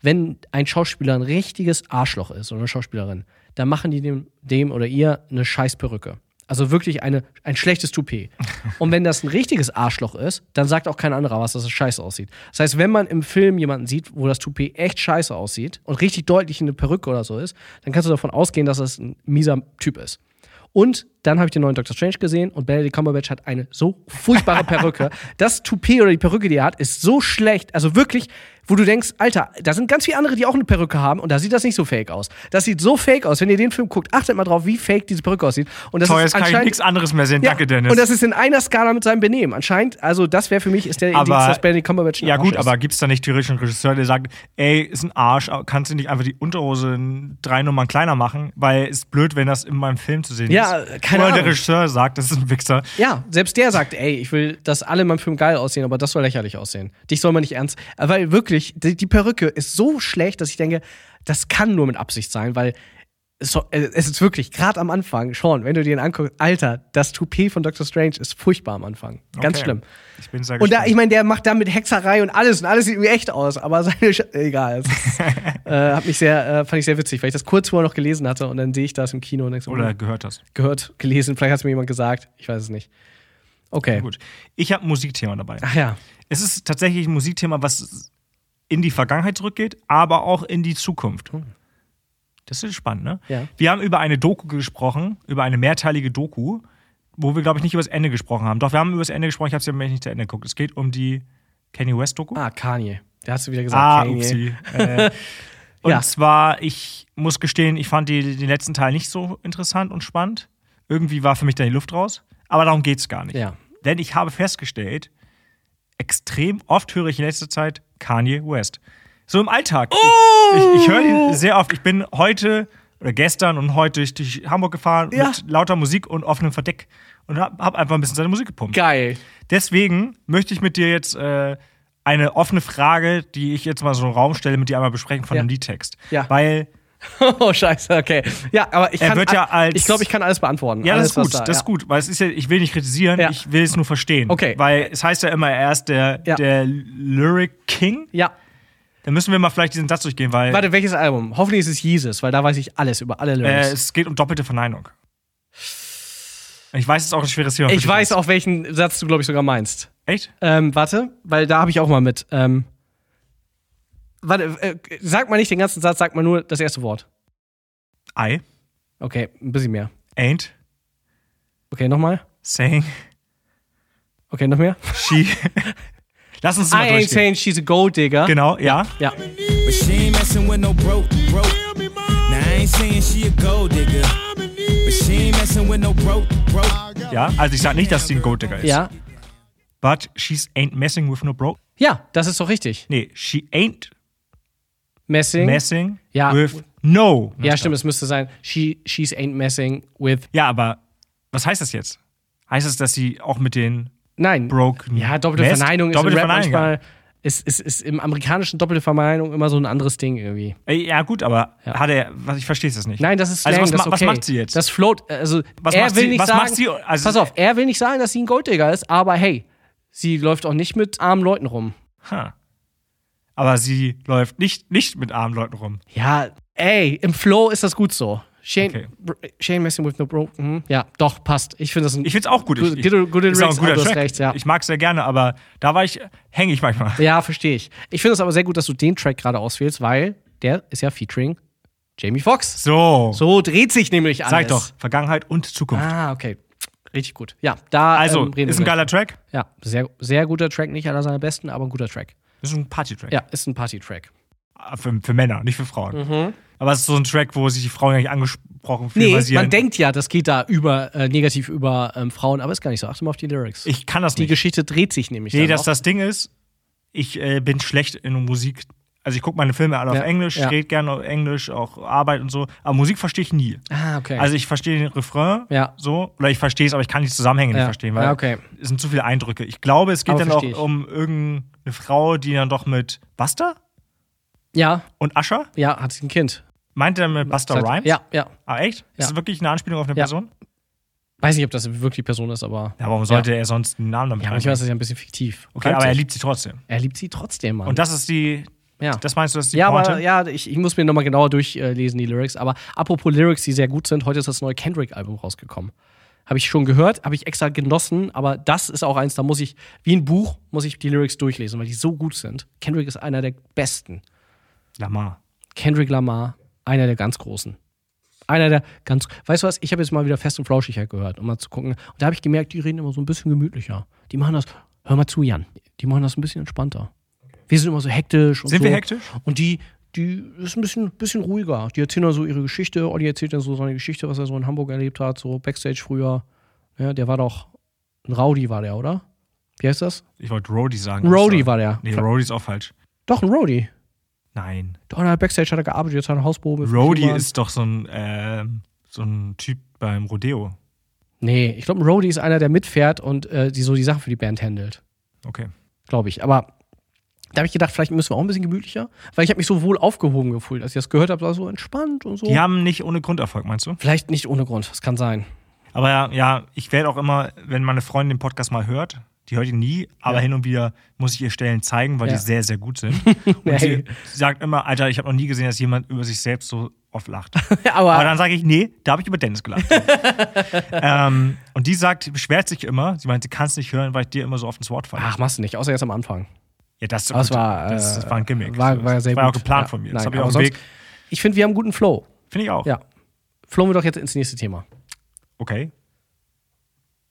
Speaker 2: Wenn ein Schauspieler ein richtiges Arschloch ist oder eine Schauspielerin, dann machen die dem, dem oder ihr eine scheiß Perücke. Also wirklich eine, ein schlechtes Toupet. Und wenn das ein richtiges Arschloch ist, dann sagt auch kein anderer was, dass es scheiße aussieht. Das heißt, wenn man im Film jemanden sieht, wo das Toupet echt scheiße aussieht und richtig deutlich eine Perücke oder so ist, dann kannst du davon ausgehen, dass das ein mieser Typ ist. Und dann habe ich den neuen Doctor Strange gesehen und Benedict Cumberbatch hat eine so furchtbare Perücke. Das Toupet oder die Perücke, die er hat, ist so schlecht. Also wirklich, wo du denkst, Alter, da sind ganz viele andere, die auch eine Perücke haben und da sieht das nicht so fake aus. Das sieht so fake aus. Wenn ihr den Film guckt, achtet mal drauf, wie fake diese Perücke aussieht. Und das
Speaker 1: Toll,
Speaker 2: ist
Speaker 1: jetzt kann ich
Speaker 2: anscheinend
Speaker 1: nichts anderes mehr sehen. Danke, Dennis.
Speaker 2: und das ist in einer Skala mit seinem Benehmen. Anscheinend, also das wäre für mich ist der
Speaker 1: Aber-
Speaker 2: Indiz, dass Benedict Cumberbatch ein
Speaker 1: ja,
Speaker 2: Arsch
Speaker 1: gut,
Speaker 2: ist.
Speaker 1: aber gibt's da nicht theoretisch einen Regisseur, der sagt, ey, ist ein Arsch, aber kannst du nicht einfach die Unterhose in drei Nummern kleiner machen? Weil ist blöd, wenn das in meinem Film zu sehen
Speaker 2: Ja,
Speaker 1: ist.
Speaker 2: keine
Speaker 1: Oder der
Speaker 2: Ahnung.
Speaker 1: Regisseur sagt, das ist ein Wichser.
Speaker 2: Ja, selbst der sagt, ey, ich will, dass alle in meinem Film geil aussehen, aber das soll lächerlich aussehen. Dich soll man nicht ernst. Äh, Weil wirklich, die, die Perücke ist so schlecht, dass ich denke, das kann nur mit Absicht sein, weil es, so- äh, es ist wirklich, gerade am Anfang, Sean, wenn du dir den anguckst, Alter, das Toupet von Doctor Strange ist furchtbar am Anfang. Ganz
Speaker 1: Okay.
Speaker 2: schlimm.
Speaker 1: Ich bin sehr
Speaker 2: Und da,
Speaker 1: gespannt.
Speaker 2: ich meine, der macht da mit Hexerei und alles und alles sieht irgendwie echt aus, aber seine Sch Egal. Es ist, äh, hat mich sehr, äh, fand ich sehr witzig, weil ich das kurz vorher noch gelesen hatte und dann sehe ich das im Kino und denke so,
Speaker 1: Oder gehört hast.
Speaker 2: gehört, gelesen, vielleicht hat es mir jemand gesagt, ich weiß es nicht. Okay.
Speaker 1: Gut. Ich habe ein Musikthema dabei.
Speaker 2: Ach ja.
Speaker 1: Es ist tatsächlich ein Musikthema, was in die Vergangenheit zurückgeht, aber auch in die Zukunft. Das ist spannend, ne?
Speaker 2: Oh. Ja.
Speaker 1: Wir haben über eine Doku gesprochen, über eine mehrteilige Doku, wo wir, glaube ich, nicht über das Ende gesprochen haben. Doch, wir haben über das Ende gesprochen, ich habe es ja nämlich nicht zu Ende geguckt. Es geht um die Kanye West-Doku.
Speaker 2: Ah, Kanye. Da hast du wieder gesagt,
Speaker 1: Ah,
Speaker 2: Kanye.
Speaker 1: upsie. Äh, und
Speaker 2: Ja.
Speaker 1: zwar, ich muss gestehen, ich fand die, den letzten Teil nicht so interessant und spannend. Irgendwie war für mich da die Luft raus. Aber darum geht es gar nicht.
Speaker 2: Ja.
Speaker 1: Denn ich habe festgestellt, extrem oft höre ich in letzter Zeit Kanye West. So im Alltag.
Speaker 2: Oh!
Speaker 1: Ich, ich, ich höre ihn sehr oft. Ich bin heute oder gestern und heute durch, durch Hamburg gefahren
Speaker 2: Ja.
Speaker 1: mit lauter Musik und offenem Verdeck und habe hab einfach ein bisschen seine Musik gepumpt.
Speaker 2: Geil.
Speaker 1: Deswegen möchte ich mit dir jetzt äh, eine offene Frage, die ich jetzt mal so in den Raum stelle, mit dir einmal besprechen von
Speaker 2: Ja.
Speaker 1: dem Liedtext.
Speaker 2: Ja.
Speaker 1: Weil,
Speaker 2: oh, scheiße, okay. Ja, aber ich
Speaker 1: Er
Speaker 2: kann.
Speaker 1: wird ja als-
Speaker 2: ich glaube, ich kann alles beantworten.
Speaker 1: ja, das
Speaker 2: alles,
Speaker 1: ist gut,
Speaker 2: was da-
Speaker 1: das ist
Speaker 2: ja.
Speaker 1: gut, weil es ist ja, ich will nicht kritisieren,
Speaker 2: Ja.
Speaker 1: ich will es nur verstehen.
Speaker 2: Okay.
Speaker 1: Weil es heißt ja immer, er ist der,
Speaker 2: Ja.
Speaker 1: der Lyric King.
Speaker 2: Ja.
Speaker 1: Dann müssen wir mal vielleicht diesen Satz durchgehen, weil
Speaker 2: Warte, welches Album? Hoffentlich ist es Jesus, weil da weiß ich alles über alle
Speaker 1: äh,
Speaker 2: Lyrics.
Speaker 1: es geht um doppelte Verneinung. Ich weiß, es ist auch ein schweres Thema. für
Speaker 2: ich
Speaker 1: dich
Speaker 2: weiß
Speaker 1: ist.
Speaker 2: auch, welchen Satz du, glaube ich, sogar meinst.
Speaker 1: Echt?
Speaker 2: Ähm, warte, weil da habe ich auch mal mit. Ähm, warte, äh, sag mal nicht den ganzen Satz, sag mal nur das erste Wort.
Speaker 1: I
Speaker 2: Okay, ein bisschen mehr.
Speaker 1: ain't
Speaker 2: Okay, nochmal.
Speaker 1: saying
Speaker 2: Okay, noch mehr.
Speaker 1: she. Lass uns das mal
Speaker 2: I ain't
Speaker 1: durchgehen.
Speaker 2: saying she's a gold digger.
Speaker 1: genau, ja.
Speaker 2: Ja.
Speaker 3: But she ain't messing with no broke, broke. Now I ain't saying she a gold digger. But she ain't messing with no broke, broke.
Speaker 1: Ja, also ich sag nicht, dass sie ein Golddigger ist.
Speaker 2: Ja.
Speaker 1: But she's ain't messing with no bro.
Speaker 2: Ja, das ist doch richtig.
Speaker 1: Nee, she ain't
Speaker 2: Messing.
Speaker 1: messing
Speaker 2: Ja.
Speaker 1: with no.
Speaker 2: ja, stimmt, es müsste sein. She, she's ain't messing with.
Speaker 1: Ja, aber was heißt das jetzt? Heißt es, dass sie auch mit den
Speaker 2: Nein.
Speaker 1: Broken.
Speaker 2: Ja, doppelte
Speaker 1: Messed?
Speaker 2: Verneinung ist
Speaker 1: Doppelte
Speaker 2: im Rap
Speaker 1: Verneinung,
Speaker 2: manchmal. Ist, ist, ist im amerikanischen doppelte Verneinung immer so ein anderes Ding irgendwie.
Speaker 1: Ey, äh, Ja, gut, aber hat er. Was, ich verstehe es nicht.
Speaker 2: Nein, das ist Slang,
Speaker 1: Also, was,
Speaker 2: das
Speaker 1: ma-
Speaker 2: ist okay.
Speaker 1: was macht sie jetzt?
Speaker 2: Das float, also
Speaker 1: Was
Speaker 2: er
Speaker 1: macht
Speaker 2: will
Speaker 1: sie-
Speaker 2: nicht
Speaker 1: was
Speaker 2: sagen,
Speaker 1: macht sie? Also-
Speaker 2: pass auf, er will nicht sagen, dass sie ein Golddigger ist, aber hey, sie läuft auch nicht mit armen Leuten rum.
Speaker 1: Ha. Aber sie läuft nicht, nicht mit armen Leuten rum.
Speaker 2: Ja, ey, im Flow ist das gut so. Shane,
Speaker 1: Okay.
Speaker 2: br- Shane messing with no broken. Mhm. Ja, doch, passt. Ich finde das ein
Speaker 1: Ich find's auch gut.
Speaker 2: Gute-
Speaker 1: ich,
Speaker 2: gute- gute
Speaker 1: ist auch ein
Speaker 2: Lyrics, aber
Speaker 1: guter
Speaker 2: du hast
Speaker 1: Track.
Speaker 2: recht, ja.
Speaker 1: Ich mag sehr gerne, aber da war ich, hänge ich manchmal.
Speaker 2: Ja, verstehe ich. Ich finde es aber sehr gut, dass du den Track gerade auswählst, weil der ist ja featuring Jamie Foxx.
Speaker 1: So,
Speaker 2: So dreht sich nämlich alles.
Speaker 1: sag ich doch. Vergangenheit und Zukunft.
Speaker 2: Ah, okay. Richtig gut. Ja, da
Speaker 1: also,
Speaker 2: ähm, reden
Speaker 1: ist
Speaker 2: wir
Speaker 1: ein
Speaker 2: gleich.
Speaker 1: geiler Track.
Speaker 2: Ja, sehr, sehr guter Track, nicht einer seiner besten, aber ein guter Track.
Speaker 1: Ist ein Party-Track.
Speaker 2: Ja, ist ein Party-Track.
Speaker 1: Ah, Für, für Männer, nicht für Frauen. Aber es ist so ein Track, wo sich die Frauen ja nicht angesprochen fühlen,
Speaker 2: Mhm. Nee,
Speaker 1: weil sie
Speaker 2: man
Speaker 1: ja-
Speaker 2: denkt ja, das geht da über äh, negativ über ähm, Frauen, aber ist gar nicht so. Achte mal auf die Lyrics.
Speaker 1: Ich kann das
Speaker 2: die
Speaker 1: nicht.
Speaker 2: Geschichte dreht sich nämlich.
Speaker 1: Nee,
Speaker 2: dann
Speaker 1: dass
Speaker 2: auch.
Speaker 1: das Ding ist, ich äh, bin schlecht in Musik. Also ich gucke meine Filme alle
Speaker 2: Ja,
Speaker 1: auf Englisch,
Speaker 2: ja.
Speaker 1: rede gerne auf Englisch, auch Arbeit und so. Aber Musik verstehe ich nie.
Speaker 2: Ah, okay.
Speaker 1: Also ich verstehe den Refrain
Speaker 2: Ja.
Speaker 1: so, oder ich verstehe es, aber ich kann die Zusammenhänge
Speaker 2: Ja.
Speaker 1: nicht verstehen, weil
Speaker 2: Ja, okay.
Speaker 1: es sind zu viele Eindrücke. Ich glaube, es geht
Speaker 2: Aber
Speaker 1: dann auch
Speaker 2: verstehe ich.
Speaker 1: um irgendeinen eine Frau, die dann doch mit Buster
Speaker 2: Ja,
Speaker 1: und Ascher?
Speaker 2: ja, hat sie ein Kind.
Speaker 1: Meint er mit Buster
Speaker 2: Sagt-
Speaker 1: Rhymes?
Speaker 2: Ja, ja.
Speaker 1: Ah, echt?
Speaker 2: Ja.
Speaker 1: Ist das wirklich eine Anspielung auf eine
Speaker 2: Ja.
Speaker 1: Person?
Speaker 2: Weiß nicht, ob das wirklich die Person ist, aber.
Speaker 1: Ja, warum sollte er sonst einen Namen damit
Speaker 2: Ja,
Speaker 1: reinbringen?
Speaker 2: manchmal ist das ja ein bisschen fiktiv.
Speaker 1: Okay, aber er liebt sie trotzdem.
Speaker 2: er liebt sie trotzdem, Mann.
Speaker 1: Und das ist die.
Speaker 2: ja.
Speaker 1: Das meinst du, das ist die
Speaker 2: ja,
Speaker 1: Pointe?
Speaker 2: aber ja, ich, ich muss mir nochmal genauer durchlesen, die Lyrics. Aber apropos Lyrics, die sehr gut sind, heute ist das neue Kendrick-Album rausgekommen. Habe ich schon gehört, habe ich extra genossen, aber das ist auch eins, da muss ich, wie ein Buch, muss ich die Lyrics durchlesen, weil die so gut sind. Kendrick ist einer der besten.
Speaker 1: Lamar.
Speaker 2: Kendrick Lamar, einer der ganz großen. Einer der ganz. Weißt du was? Ich habe jetzt mal wieder fest und flauschig gehört, um mal zu gucken. Und da habe ich gemerkt, die reden immer so ein bisschen gemütlicher. Die machen das. Hör mal zu, Jan. Die machen das ein bisschen entspannter. Wir sind immer so hektisch. Und
Speaker 1: Sind
Speaker 2: so.
Speaker 1: wir hektisch?
Speaker 2: Und die, die ist ein bisschen, bisschen ruhiger. Die erzählen dann so ihre Geschichte. Olli erzählt dann so seine Geschichte, was er so in Hamburg erlebt hat, so Backstage früher. Ja, der war doch. Ein Rowdy war der, oder? Wie heißt das?
Speaker 1: Ich wollte Rody sagen.
Speaker 2: Ein Rowdy
Speaker 1: Sorry.
Speaker 2: war der.
Speaker 1: Nee, Rody ist auch falsch.
Speaker 2: Doch, ein Rowdy.
Speaker 1: Nein.
Speaker 2: Doch, in der Backstage hat er gearbeitet, jetzt hat er ein Hausboot.
Speaker 1: Rody ist doch so ein, ähm, so ein Typ beim Rodeo.
Speaker 2: Nee, ich glaube, ein Roadie ist einer, der mitfährt und äh, die so die Sachen für die Band handelt.
Speaker 1: Okay.
Speaker 2: Glaube ich. Aber da habe ich gedacht, vielleicht müssen wir auch ein bisschen gemütlicher, weil ich habe mich so wohl aufgehoben gefühlt, als ich das gehört habe, war so entspannt und so.
Speaker 1: Die haben nicht ohne Grund Erfolg, meinst du?
Speaker 2: Vielleicht nicht ohne Grund, das kann sein.
Speaker 1: Aber ja, ja ich werde auch immer, wenn meine Freundin den Podcast mal hört, die hört ihn nie, aber hin und wieder muss ich ihr Stellen zeigen, weil
Speaker 2: Ja.
Speaker 1: die sehr, sehr gut sind. Und
Speaker 2: Hey.
Speaker 1: sie sagt immer, Alter, ich habe noch nie gesehen, dass jemand über sich selbst so oft lacht.
Speaker 2: Aber,
Speaker 1: Aber dann sage ich, nee, da habe ich über Dennis gelacht. ähm, und die sagt, beschwert sich immer, sie meint, sie kann es nicht hören, weil ich dir immer so oft ins Wort falle.
Speaker 2: ach, machst du nicht, außer jetzt am Anfang.
Speaker 1: ja, das, ist
Speaker 2: Ah, Das
Speaker 1: gut.
Speaker 2: war, äh,
Speaker 1: das, das war ein Gimmick.
Speaker 2: War, war sehr
Speaker 1: das war
Speaker 2: gut.
Speaker 1: auch geplant
Speaker 2: Ja,
Speaker 1: von mir.
Speaker 2: Nein,
Speaker 1: das habe ich
Speaker 2: aber
Speaker 1: auch im
Speaker 2: sonst-
Speaker 1: Weg.
Speaker 2: Ich finde, wir haben einen guten Flow.
Speaker 1: Finde ich auch.
Speaker 2: Ja. Flowen wir doch jetzt ins nächste Thema.
Speaker 1: Okay.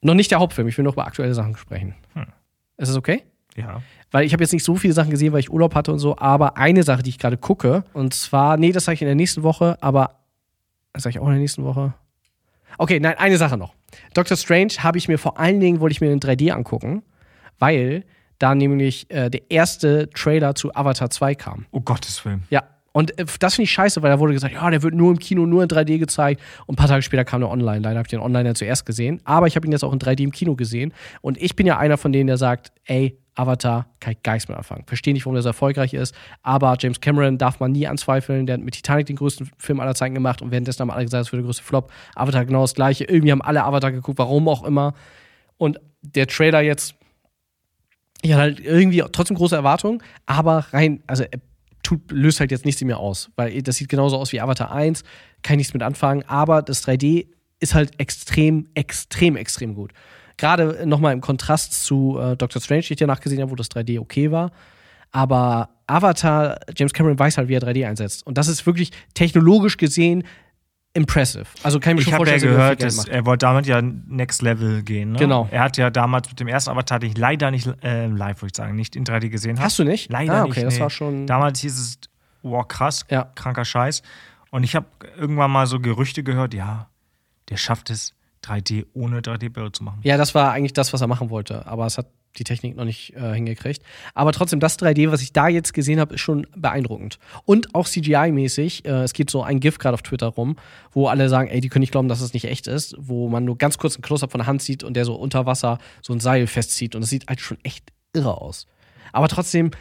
Speaker 2: Noch nicht der Hauptfilm, ich will noch über aktuelle Sachen sprechen.
Speaker 1: Hm.
Speaker 2: Ist das okay?
Speaker 1: Ja.
Speaker 2: weil ich habe jetzt nicht so viele Sachen gesehen, weil ich Urlaub hatte und so, aber eine Sache, die ich gerade gucke, und zwar, nee, das sage ich in der nächsten Woche, aber das sage ich auch in der nächsten Woche. Okay, nein, eine Sache noch. Doctor Strange habe ich mir vor allen Dingen, wollte ich mir in 3D angucken, weil da nämlich äh, der erste Trailer zu Avatar 2 kam.
Speaker 1: Oh Gottes Willen.
Speaker 2: Ja. Und äh, das finde ich scheiße, weil da wurde gesagt, ja, der wird nur im Kino, nur in 3D gezeigt. Und ein paar Tage später kam der online. Leider habe ich den online ja zuerst gesehen. Aber ich habe ihn jetzt auch in 3D im Kino gesehen. Und ich bin ja einer von denen, der sagt, ey, Avatar, kein Geist mehr anfangen. Verstehe nicht, warum das erfolgreich ist. Aber James Cameron darf man nie anzweifeln. Der hat mit Titanic den größten Film aller Zeiten gemacht. Und währenddessen haben alle gesagt, das wird der größte Flop. Avatar genau das Gleiche. Irgendwie haben alle Avatar geguckt, warum auch immer. Und der Trailer jetzt, ich hatte halt irgendwie trotzdem große Erwartungen, aber rein, also er tut, löst halt jetzt nichts in mir aus, weil das sieht genauso aus wie Avatar 1, kann ich nichts mit anfangen, aber das 3D ist halt extrem, extrem, extrem gut. Gerade nochmal im Kontrast zu äh, Doctor Strange, die ich danach gesehen habe, wo das 3D okay war. Aber Avatar, James Cameron weiß halt, wie er 3D einsetzt. Und das ist wirklich technologisch gesehen impressive. Also kann ich mir
Speaker 1: Ich
Speaker 2: schon
Speaker 1: habe ja
Speaker 2: vorstellen, dass er dafür
Speaker 1: gehört,
Speaker 2: Geld
Speaker 1: dass
Speaker 2: macht.
Speaker 1: er wollte damit ja Next Level gehen. Ne?
Speaker 2: Genau.
Speaker 1: Er hat ja damals mit dem ersten Avatar, den ich leider nicht äh, live, würde ich sagen, nicht in 3D gesehen habe.
Speaker 2: Hast du nicht?
Speaker 1: Leider
Speaker 2: ah, okay,
Speaker 1: nicht.
Speaker 2: das
Speaker 1: nee.
Speaker 2: war schon.
Speaker 1: Damals hieß es, wow, krass,
Speaker 2: Ja.
Speaker 1: kranker Scheiß. Und ich habe irgendwann mal so Gerüchte gehört, ja, der schafft es, 3D ohne 3D-Bilder zu machen.
Speaker 2: Ja, das war eigentlich das, was er machen wollte, aber es hat die Technik noch nicht äh, hingekriegt. Aber trotzdem, das 3D, was ich da jetzt gesehen habe, ist schon beeindruckend. Und auch CGI-mäßig, äh, es geht so ein GIF gerade auf Twitter rum, wo alle sagen, ey, die können nicht glauben, dass es nicht echt ist, wo man nur ganz kurz einen Close-Up von der Hand sieht und der so unter Wasser so ein Seil festzieht und das sieht halt schon echt irre aus. Aber trotzdem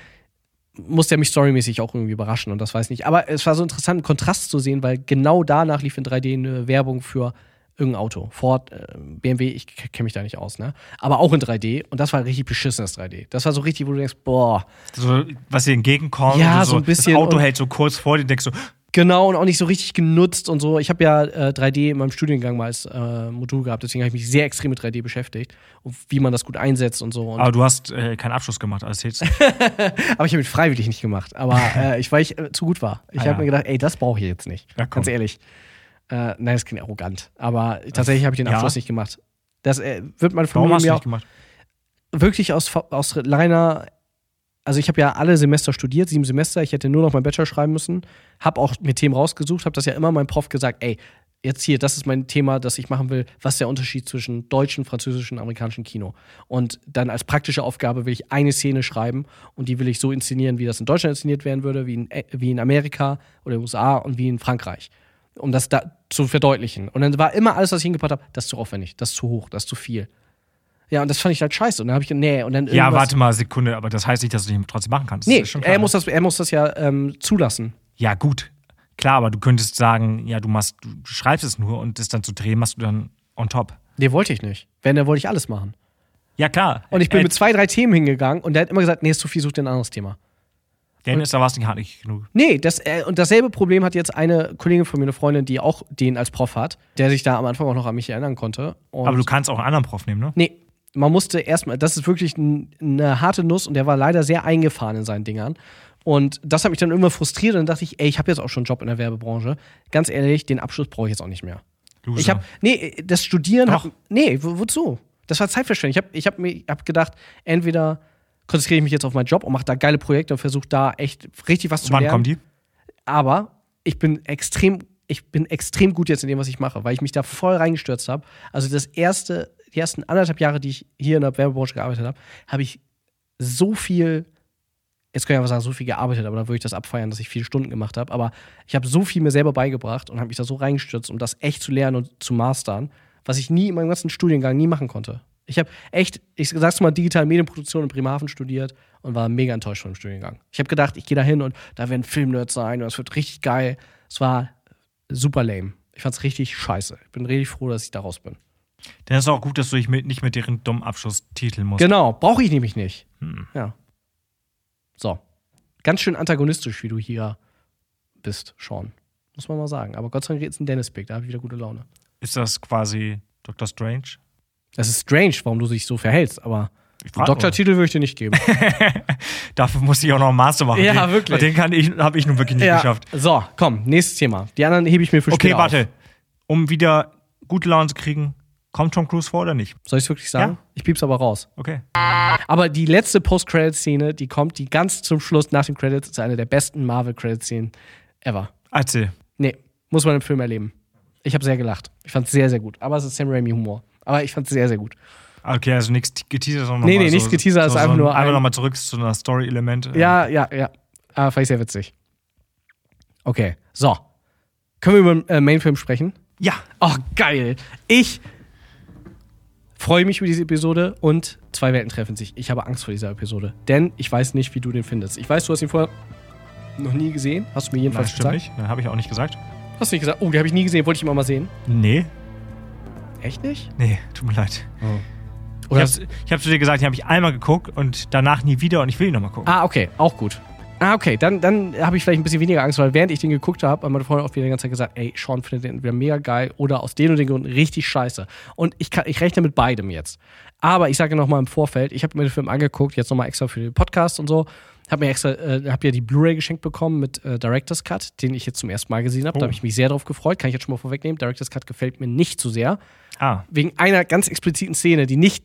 Speaker 2: muss der mich storymäßig auch irgendwie überraschen und das weiß nicht. Aber es war so interessant, einen Kontrast zu sehen, weil genau danach lief in 3D eine Werbung für irgendein Auto. Ford, äh, BMW, ich k- kenne mich da nicht aus, ne? Aber auch in 3D und das war richtig beschissenes 3D. Das war so richtig, wo du denkst, boah,
Speaker 1: So, was dir entgegenkommt,
Speaker 2: Ja,
Speaker 1: und du
Speaker 2: so ein bisschen
Speaker 1: das Auto
Speaker 2: und-
Speaker 1: hält so kurz vor dir, denkst du,
Speaker 2: Genau, und auch nicht so richtig genutzt und so. Ich habe ja äh, 3D in meinem Studiengang mal als äh, Modul gehabt, deswegen habe ich mich sehr extrem mit 3D beschäftigt und wie man das gut einsetzt und so. Und,
Speaker 1: aber du hast äh, keinen Abschluss gemacht, alles jetzt.
Speaker 2: aber ich habe ihn freiwillig nicht gemacht, aber äh, ich, weil ich äh, zu gut war. Ich
Speaker 1: Ah,
Speaker 2: habe
Speaker 1: ja.
Speaker 2: mir gedacht, ey, das brauche ich jetzt nicht.
Speaker 1: Ja, komm.
Speaker 2: Ganz ehrlich. Äh, nein, das klingt arrogant, aber tatsächlich habe ich den
Speaker 1: Ja.
Speaker 2: Abschluss nicht gemacht. Das äh, wird mein
Speaker 1: Warum
Speaker 2: Florian
Speaker 1: hast du
Speaker 2: mir auch
Speaker 1: nicht gemacht?
Speaker 2: wirklich aus, aus reiner, also ich habe ja alle Semester studiert, sieben Semester, ich hätte nur noch meinen Bachelor schreiben müssen, habe auch mir Themen rausgesucht, habe das ja immer meinem Prof gesagt, ey, jetzt hier, das ist mein Thema, das ich machen will, was ist der Unterschied zwischen deutschen, französischen, amerikanischen Kino. Und dann als praktische Aufgabe will ich eine Szene schreiben und die will ich so inszenieren, wie das in Deutschland inszeniert werden würde, wie in, äh, wie in Amerika oder den USA und wie in Frankreich um das da zu verdeutlichen. Und dann war immer alles, was ich hingepackt habe, das ist zu aufwendig, das ist zu hoch, das ist zu viel. Ja, und das fand ich halt scheiße. Und dann habe ich, nee, und dann
Speaker 1: Ja,
Speaker 2: irgendwas-
Speaker 1: warte mal, Sekunde, aber das heißt nicht, dass du nicht trotzdem machen kannst. Das
Speaker 2: Nee,
Speaker 1: ist schon klar,
Speaker 2: er muss
Speaker 1: ne?
Speaker 2: das, er muss das ja ähm, zulassen.
Speaker 1: Ja, gut. Klar, aber du könntest sagen, ja, du machst, du schreibst es nur und das dann zu drehen machst du dann on top.
Speaker 2: Nee, wollte ich nicht. Wenn, dann wollte ich alles machen.
Speaker 1: Ja, klar.
Speaker 2: Und ich bin
Speaker 1: Äh,
Speaker 2: mit zwei, drei Themen hingegangen und der hat immer gesagt, nee, ist zu viel, such dir ein anderes Thema.
Speaker 1: Dennis, da war es nicht hartnäckig genug.
Speaker 2: Nee, das, äh, und dasselbe Problem hat jetzt eine Kollegin von mir, eine Freundin, die auch den als Prof hat, der sich da am Anfang auch noch an mich erinnern konnte. Und
Speaker 1: Aber du kannst auch einen anderen Prof nehmen, ne?
Speaker 2: Nee, man musste erstmal, das ist wirklich n- eine harte Nuss und der war leider sehr eingefahren in seinen Dingern. Und das hat mich dann immer frustriert und dann dachte ich, ey, ich habe jetzt auch schon einen Job in der Werbebranche. Ganz ehrlich, den Abschluss brauche ich jetzt auch nicht mehr.
Speaker 1: Loser.
Speaker 2: Ich habe nee, das Studieren
Speaker 1: Doch.
Speaker 2: hat, nee, wo- wozu? Das war Zeitverschwendung. Ich habe ich hab mir hab gedacht, entweder konzentriere ich mich jetzt auf meinen Job und mache da geile Projekte und versuche da echt richtig was zu
Speaker 1: Wann
Speaker 2: lernen.
Speaker 1: kommen die?
Speaker 2: Aber ich bin extrem, ich bin extrem gut jetzt in dem, was ich mache, weil ich mich da voll reingestürzt habe. Also das erste, die ersten anderthalb Jahre, die ich hier in der Werbebranche gearbeitet habe, habe ich so viel, jetzt können wir aber sagen, so viel gearbeitet, aber dann würde ich das abfeiern, dass ich viele Stunden gemacht habe. Aber ich habe so viel mir selber beigebracht und habe mich da so reingestürzt, um das echt zu lernen und zu mastern, was ich nie in meinem ganzen Studiengang nie machen konnte. Ich habe echt, ich sag's mal, digitale Medienproduktion in Bremerhaven studiert und war mega enttäuscht von dem Studiengang. Ich habe gedacht, ich gehe da hin und da werden Filmnerds sein und es wird richtig geil. Es war super lame. Ich fand's richtig scheiße. Ich bin richtig froh, dass ich da raus bin.
Speaker 1: Dann ist es auch gut, dass du dich mit, nicht mit deren dummen Abschlusstitel musst.
Speaker 2: Genau, brauche ich nämlich nicht.
Speaker 1: Hm.
Speaker 2: Ja. So. Ganz schön antagonistisch, wie du hier bist, Sean. Muss man mal sagen. Aber Gott sei Dank ist ein Dennis-Pick, da habe ich wieder gute Laune.
Speaker 1: Ist das quasi Dr. Strange?
Speaker 2: Das ist strange, warum du dich so verhältst, aber
Speaker 1: Ich
Speaker 2: einen
Speaker 1: frag
Speaker 2: Doktortitel würde ich dir nicht geben.
Speaker 1: Dafür musste ich auch noch einen Master machen.
Speaker 2: Ja,
Speaker 1: den,
Speaker 2: wirklich.
Speaker 1: und Den kann ich, habe ich nun wirklich nicht geschafft.
Speaker 2: So, komm, nächstes Thema. Die anderen hebe ich mir für
Speaker 1: Okay,
Speaker 2: später
Speaker 1: warte. Um wieder gute Laune zu kriegen, kommt Tom Cruise vor oder nicht?
Speaker 2: Auf. Soll ich es wirklich sagen? Ich piep's aber raus.
Speaker 1: Okay.
Speaker 2: Aber die letzte Post-Credit-Szene, die kommt, die ganz zum Schluss nach den Credits, ist eine der besten Marvel-Credit-Szenen ever.
Speaker 1: Erzähl.
Speaker 2: Nee, muss man im Film erleben. Ich habe sehr gelacht. Ich fand's sehr, sehr gut. Aber es ist Sam Raimi-Humor. Aber ich fand's sehr, sehr gut.
Speaker 1: Okay, also nichts te- geteasert, sondern
Speaker 2: Nee,
Speaker 1: mal
Speaker 2: nee,
Speaker 1: so,
Speaker 2: nichts geteasert, ist
Speaker 1: so,
Speaker 2: einfach
Speaker 1: so,
Speaker 2: nur
Speaker 1: Einfach
Speaker 2: ein-
Speaker 1: nochmal zurück zu einer Story-Element. äh,
Speaker 2: Ja, ja, ja. Ah, fand ich sehr witzig. Okay, so. Können wir über den äh, Mainfilm sprechen?
Speaker 1: Ja.
Speaker 2: Ach, geil. Ich freue mich über diese Episode und zwei Welten treffen sich. Ich habe Angst vor dieser Episode, denn ich weiß nicht, wie du den findest. Ich weiß, du hast ihn vorher noch nie gesehen. Hast du mir
Speaker 1: Nein,
Speaker 2: jedenfalls
Speaker 1: stimmt
Speaker 2: gesagt?
Speaker 1: nicht. Nein, habe ich auch nicht gesagt.
Speaker 2: Hast du nicht gesagt? Oh, den habe ich nie gesehen. Wollte ich immer mal sehen.
Speaker 1: Nee.
Speaker 2: Echt nicht?
Speaker 1: Nee, tut mir leid. Ich
Speaker 2: Oder
Speaker 1: hab's, ich hab's zu dir gesagt, den habe ich einmal geguckt und danach nie wieder und ich will ihn nochmal gucken.
Speaker 2: Ah, okay, auch gut. Ah, okay, dann, dann habe ich vielleicht ein bisschen weniger Angst, weil während ich den geguckt habe, haben meine Freunde auch wieder die ganze Zeit gesagt, ey, Sean findet den entweder mega geil oder aus den und den Gründen richtig scheiße. Und ich, kann, ich rechne mit beidem jetzt. Aber ich sage nochmal im Vorfeld, ich habe mir den Film angeguckt, jetzt nochmal extra für den Podcast und so. Habe mir extra, äh, habe ja die Blu-ray geschenkt bekommen mit äh, Director's Cut, den ich jetzt zum ersten Mal gesehen habe. Da
Speaker 1: Oh.
Speaker 2: habe ich mich sehr drauf gefreut, kann ich jetzt schon mal vorwegnehmen. Director's Cut gefällt mir nicht so sehr
Speaker 1: Ah.
Speaker 2: wegen einer ganz expliziten Szene, die nicht.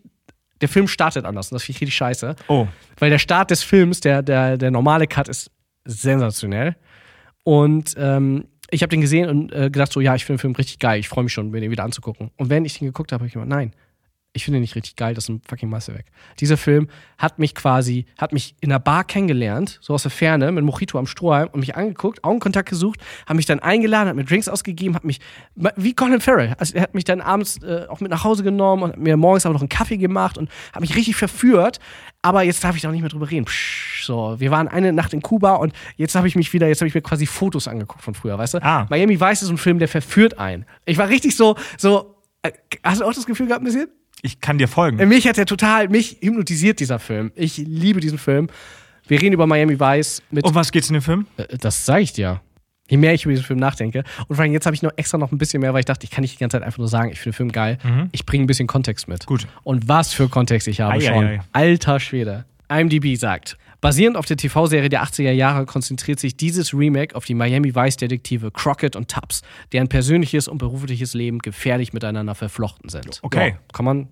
Speaker 2: Der Film startet anders und das finde ich richtig scheiße.
Speaker 1: Oh.
Speaker 2: Weil der Start des Films, der, der, der normale Cut, ist sensationell. Und ähm, ich habe den gesehen und äh, gedacht, so, ja, ich finde den Film richtig geil. Ich freue mich schon, mir den wieder anzugucken. Und wenn ich den geguckt habe, habe ich gedacht, nein, ich finde den nicht richtig geil. Das ist ein fucking Meisterwerk. Dieser Film hat mich quasi, hat mich in einer Bar kennengelernt, so aus der Ferne, mit Mojito am Strohhalm und mich angeguckt, Augenkontakt gesucht, hat mich dann eingeladen, hat mir Drinks ausgegeben, hat mich, wie Colin Farrell, also er hat mich dann abends äh, auch mit nach Hause genommen und hat mir morgens aber noch einen Kaffee gemacht und hat mich richtig verführt. Aber jetzt darf ich da auch nicht mehr drüber reden. Psch, so, wir waren eine Nacht in Kuba und jetzt habe ich mich wieder, jetzt habe ich mir quasi Fotos angeguckt von früher, weißt du?
Speaker 1: Ah.
Speaker 2: Miami Vice ist so ein Film, der verführt einen. Ich war richtig so, so, äh, hast du auch das Gefühl gehabt ein bisschen?
Speaker 1: Ich kann dir folgen.
Speaker 2: Äh, Mich hat er total, mich hypnotisiert dieser Film. Ich liebe diesen Film. Wir reden über Miami Vice mit.
Speaker 1: Um was geht's in dem Film?
Speaker 2: Äh, Das sage ich dir. Je mehr ich über diesen Film nachdenke. Und vor allem jetzt habe ich noch extra noch ein bisschen mehr, weil ich dachte, ich kann nicht die ganze Zeit einfach nur sagen, ich finde den Film geil. Ich bringe ein bisschen Kontext mit.
Speaker 1: Mhm. Gut.
Speaker 2: Und was für Kontext ich habe
Speaker 1: Ei, ei,
Speaker 2: schon.
Speaker 1: ei.
Speaker 2: Alter Schwede. IMDb sagt, basierend auf der TV-Serie der 80er Jahre konzentriert sich dieses Remake auf die Miami Vice-Detektive Crockett und Tubbs, deren persönliches und berufliches Leben gefährlich miteinander verflochten sind.
Speaker 1: Okay.
Speaker 2: Ja, kann man.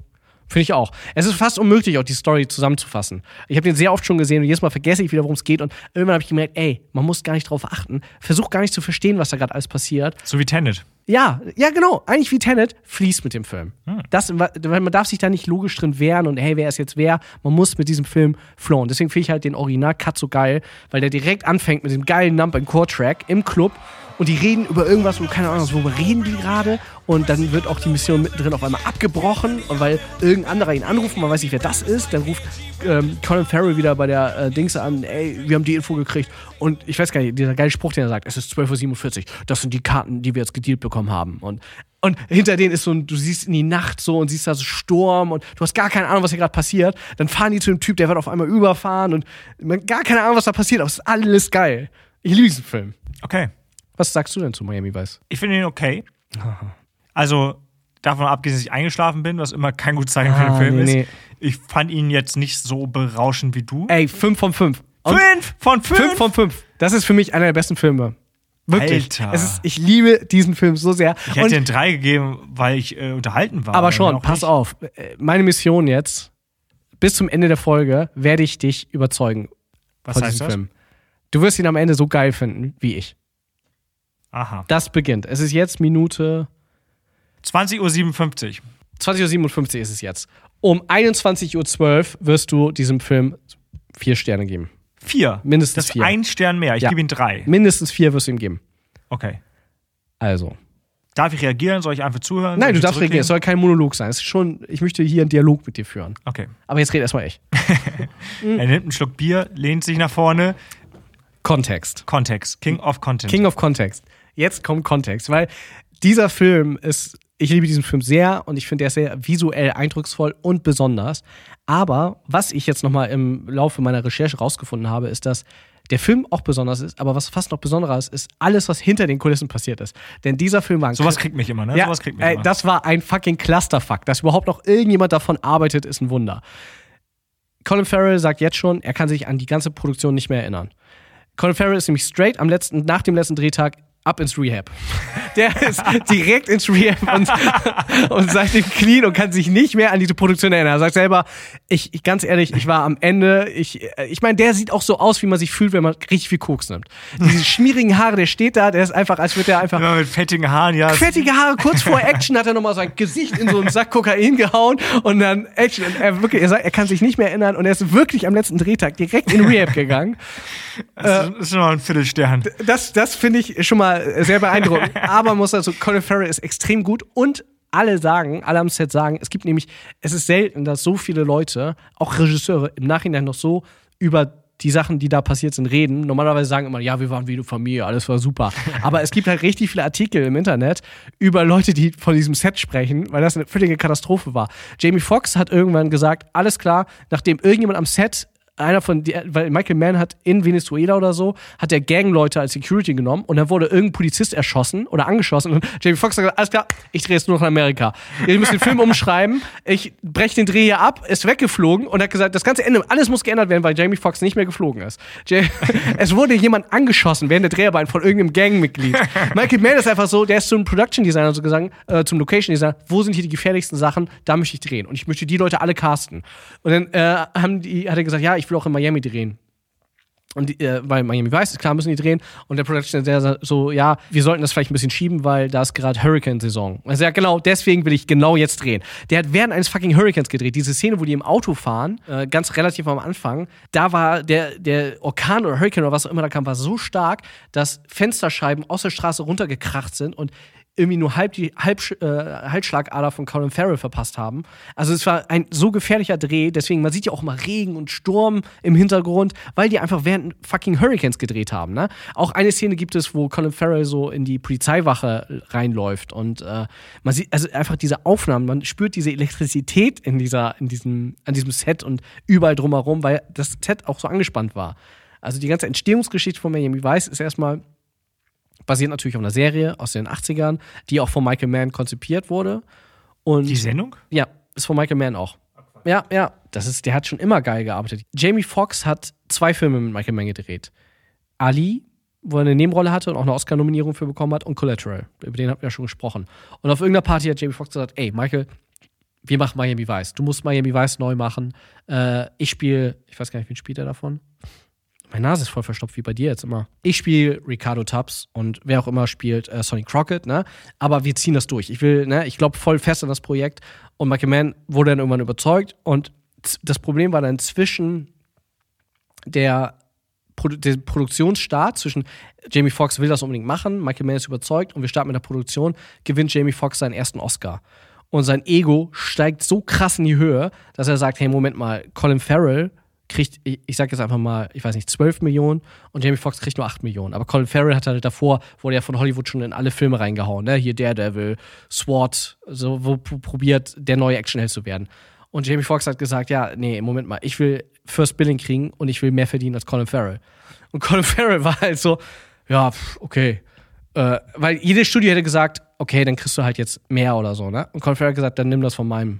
Speaker 2: Finde ich auch. Es ist fast unmöglich, auch die Story zusammenzufassen. Ich habe den sehr oft schon gesehen und jedes Mal vergesse ich wieder, worum es geht. Und irgendwann habe ich gemerkt, ey, man muss gar nicht drauf achten. Versuch gar nicht zu verstehen, was da gerade alles passiert.
Speaker 1: So wie Tenet.
Speaker 2: Ja, ja, genau. Eigentlich wie Tenet fließt mit dem Film. Das, weil man darf sich da nicht logisch drin wehren und hey, wer ist jetzt wer? Man muss mit diesem Film flown. Deswegen finde ich halt den Original-Cut so geil, weil der direkt anfängt mit dem geilen Nump in Core-Track im Club und die reden über irgendwas und keine Ahnung, worüber reden die gerade. Und dann wird auch die Mission mittendrin auf einmal abgebrochen, weil irgendein anderer ihn anruft, man weiß nicht, wer das ist. Dann ruft ähm, Colin Farrell wieder bei der äh, Dings an, ey, wir haben die Info gekriegt. Und ich weiß gar nicht, dieser geile Spruch, den er sagt, es ist 12.47 Uhr, das sind die Karten, die wir jetzt gedealt bekommen haben. Und und hinter denen ist so ein, du siehst in die Nacht so und siehst da so Sturm und du hast gar keine Ahnung, was hier gerade passiert. Dann fahren die zu dem Typ, der wird auf einmal überfahren und man gar keine Ahnung, was da passiert, aber es ist alles geil. Ich liebe diesen Film.
Speaker 1: Okay.
Speaker 2: Was sagst du denn zu Miami Vice?
Speaker 1: Ich finde ihn okay. Also, davon abgesehen, dass ich eingeschlafen bin, was immer kein gutes Zeichen für
Speaker 2: Ah,
Speaker 1: den Film
Speaker 2: nee,
Speaker 1: ist.
Speaker 2: nee. Äh,
Speaker 1: Ich fand ihn jetzt nicht so berauschend wie du.
Speaker 2: Ey, 5 von 5.
Speaker 1: fünf von fünf?
Speaker 2: 5 von 5. Das ist für mich einer der besten Filme. Wirklich.
Speaker 1: Alter.
Speaker 2: Es ist, ich liebe diesen Film so sehr.
Speaker 1: ich hätte den drei gegeben, weil ich äh, unterhalten war.
Speaker 2: Aber schon,
Speaker 1: auch
Speaker 2: pass
Speaker 1: nicht.
Speaker 2: auf. Äh, Meine Mission jetzt, bis zum Ende der Folge, werde ich dich überzeugen
Speaker 1: Was
Speaker 2: von
Speaker 1: heißt
Speaker 2: diesem
Speaker 1: das?
Speaker 2: Film. Du wirst ihn am Ende so geil finden wie ich.
Speaker 1: Aha.
Speaker 2: Das beginnt. Es ist jetzt Minute
Speaker 1: 20.57 Uhr.
Speaker 2: 20.57 Uhr ist es jetzt. Um 21.12 Uhr wirst du diesem Film vier Sterne geben.
Speaker 1: Vier.
Speaker 2: Mindestens
Speaker 1: das ist
Speaker 2: vier.
Speaker 1: ein Stern mehr. Ich
Speaker 2: Ja.
Speaker 1: gebe ihm drei.
Speaker 2: Mindestens vier wirst du ihm geben.
Speaker 1: Okay.
Speaker 2: Also.
Speaker 1: Darf ich reagieren? Soll ich einfach zuhören? Soll
Speaker 2: Nein,
Speaker 1: ich
Speaker 2: du
Speaker 1: mich
Speaker 2: darfst reagieren. Es
Speaker 1: zurücklehnen?
Speaker 2: soll kein Monolog sein. Es ist schon, ich möchte hier einen Dialog mit dir führen.
Speaker 1: Okay.
Speaker 2: Aber jetzt red erstmal ich. Mhm.
Speaker 1: Er nimmt einen Schluck Bier, lehnt sich nach vorne.
Speaker 2: Kontext.
Speaker 1: Kontext. King of Content.
Speaker 2: King of Context. Jetzt kommt Kontext, weil dieser Film ist, ich liebe diesen Film sehr und ich finde, der ist sehr visuell eindrucksvoll und besonders. Aber was ich jetzt nochmal im Laufe meiner Recherche rausgefunden habe, ist, dass der Film auch besonders ist, aber was fast noch besonderer ist, ist alles, was hinter den Kulissen passiert ist. Denn dieser Film war ein
Speaker 1: Sowas kriegt mich immer, ne?
Speaker 2: ja,
Speaker 1: Sowas kriegt mich
Speaker 2: ey,
Speaker 1: immer.
Speaker 2: das war ein fucking Clusterfuck. Dass überhaupt noch irgendjemand davon arbeitet, ist ein Wunder. Colin Farrell sagt jetzt schon, er kann sich an die ganze Produktion nicht mehr erinnern. Colin Farrell ist nämlich straight am letzten, nach dem letzten Drehtag ab ins Rehab. Der ist direkt ins Rehab und, und seitdem clean und kann sich nicht mehr an diese Produktion erinnern. Er sagt selber, ich, ich ganz ehrlich, ich war am Ende. Ich, äh, ich meine, der sieht auch so aus, wie man sich fühlt, wenn man richtig viel Koks nimmt. Diese schmierigen Haare, der steht da, der ist einfach, als würde der einfach
Speaker 1: Immer mit fettigen Haaren, ja.
Speaker 2: fettige Haare, kurz vor Action hat er nochmal sein Gesicht in so einen Sack Kokain gehauen und dann Action. Und er, wirklich, er, sagt, er kann sich nicht mehr erinnern und er ist wirklich am letzten Drehtag direkt in Rehab gegangen.
Speaker 1: Das ist- ist noch ein Viertelstern.
Speaker 2: Das, das finde ich schon mal sehr beeindruckend. Aber man muss also, Colin Farrell ist extrem gut und alle sagen, alle am Set sagen, es gibt nämlich, es ist selten, dass so viele Leute, auch Regisseure, im Nachhinein noch so über die Sachen, die da passiert sind, reden. Normalerweise sagen immer, ja, wir waren wie eine Familie, alles war super. Aber es gibt halt richtig viele Artikel im Internet über Leute, die von diesem Set sprechen, weil das eine völlige Katastrophe war. Jamie Foxx hat irgendwann gesagt, alles klar, nachdem irgendjemand am Set einer von die, weil Michael Mann hat in Venezuela oder so, hat der Gangleute als Security genommen und dann wurde irgendein Polizist erschossen oder angeschossen und Jamie Foxx hat gesagt, alles klar, ich drehe jetzt nur nach Amerika. Ihr müsst den Film umschreiben, ich breche den Dreh hier ab, ist weggeflogen und hat gesagt, das ganze Ende, alles muss geändert werden, weil Jamie Foxx nicht mehr geflogen ist. Ja- es wurde jemand angeschossen während der Dreharbeiten von irgendeinem Gangmitglied. Michael Mann ist einfach so, der ist zum Production Designer so gesagt, äh, zum Location Designer, wo sind hier die gefährlichsten Sachen, da möchte ich drehen und ich möchte die Leute alle casten. Und dann äh, haben die, hat er gesagt, ja, ich will auch in Miami drehen. Und die, äh, weil Miami weiß, ist klar, müssen die drehen. Und der Production Designer so, ja, wir sollten das vielleicht ein bisschen schieben, weil da ist gerade Hurricane-Saison. Also ja, genau, deswegen will ich genau jetzt drehen. Der hat während eines fucking Hurricanes gedreht. Diese Szene, wo die im Auto fahren, äh, ganz relativ am Anfang, da war der, der Orkan oder Hurricane oder was auch immer da kam, war so stark, dass Fensterscheiben aus der Straße runtergekracht sind und irgendwie nur halb die halb, äh, Halsschlagader von Colin Farrell verpasst haben. Also es war ein so gefährlicher Dreh, deswegen, man sieht ja auch mal Regen und Sturm im Hintergrund, weil die einfach während fucking Hurricanes gedreht haben. Ne? Auch eine Szene gibt es, wo Colin Farrell so in die Polizeiwache reinläuft und äh, man sieht also einfach diese Aufnahmen, man spürt diese Elektrizität in dieser, in diesem, an diesem Set und überall drumherum, weil das Set auch so angespannt war. Also die ganze Entstehungsgeschichte von Miami Vice ist erstmal basiert natürlich auf einer Serie aus den 80ern, die auch von Michael Mann konzipiert wurde. Und
Speaker 1: Die Sendung?
Speaker 2: ja, ist von Michael Mann auch. Ja, ja, das ist, der hat schon immer geil gearbeitet. Jamie Foxx hat zwei Filme mit Michael Mann gedreht. Ali, wo er eine Nebenrolle hatte und auch eine Oscar-Nominierung für bekommen hat, und Collateral, über den haben wir ja schon gesprochen. Und auf irgendeiner Party hat Jamie Foxx gesagt, ey, Michael, wir machen Miami Vice. Du musst Miami Vice neu machen. Äh, ich spiele, ich weiß gar nicht, wen spielt er davon? Meine Nase ist voll verstopft, wie bei dir jetzt immer. Ich spiele Ricardo Tubbs und wer auch immer spielt äh, Sonny Crockett, ne? Aber wir ziehen das durch. Ich will, ne? Ich glaube voll fest an das Projekt. Und Michael Mann wurde dann irgendwann überzeugt. Und z- das Problem war dann zwischen der Produ den Produktionsstart zwischen Jamie Foxx will das unbedingt machen, Michael Mann ist überzeugt und wir starten mit der Produktion, gewinnt Jamie Foxx seinen ersten Oscar. Und sein Ego steigt so krass in die Höhe, dass er sagt, hey, Moment mal, Colin Farrell kriegt, ich, ich sag jetzt einfach mal, ich weiß nicht, 12 Millionen und Jamie Foxx kriegt nur 8 Millionen. Aber Colin Farrell hat halt davor, wurde ja von Hollywood schon in alle Filme reingehauen, ne? Hier Daredevil, SWAT, so wo pr- probiert, der neue Actionheld zu werden. Und Jamie Foxx hat gesagt, ja, nee, Moment mal, ich will First Billing kriegen und ich will mehr verdienen als Colin Farrell. Und Colin Farrell war halt so, ja, pff, okay. Äh, weil jedes Studio hätte gesagt, okay, dann kriegst du halt jetzt mehr oder so, ne? Und Colin Farrell hat gesagt, dann nimm das von meinem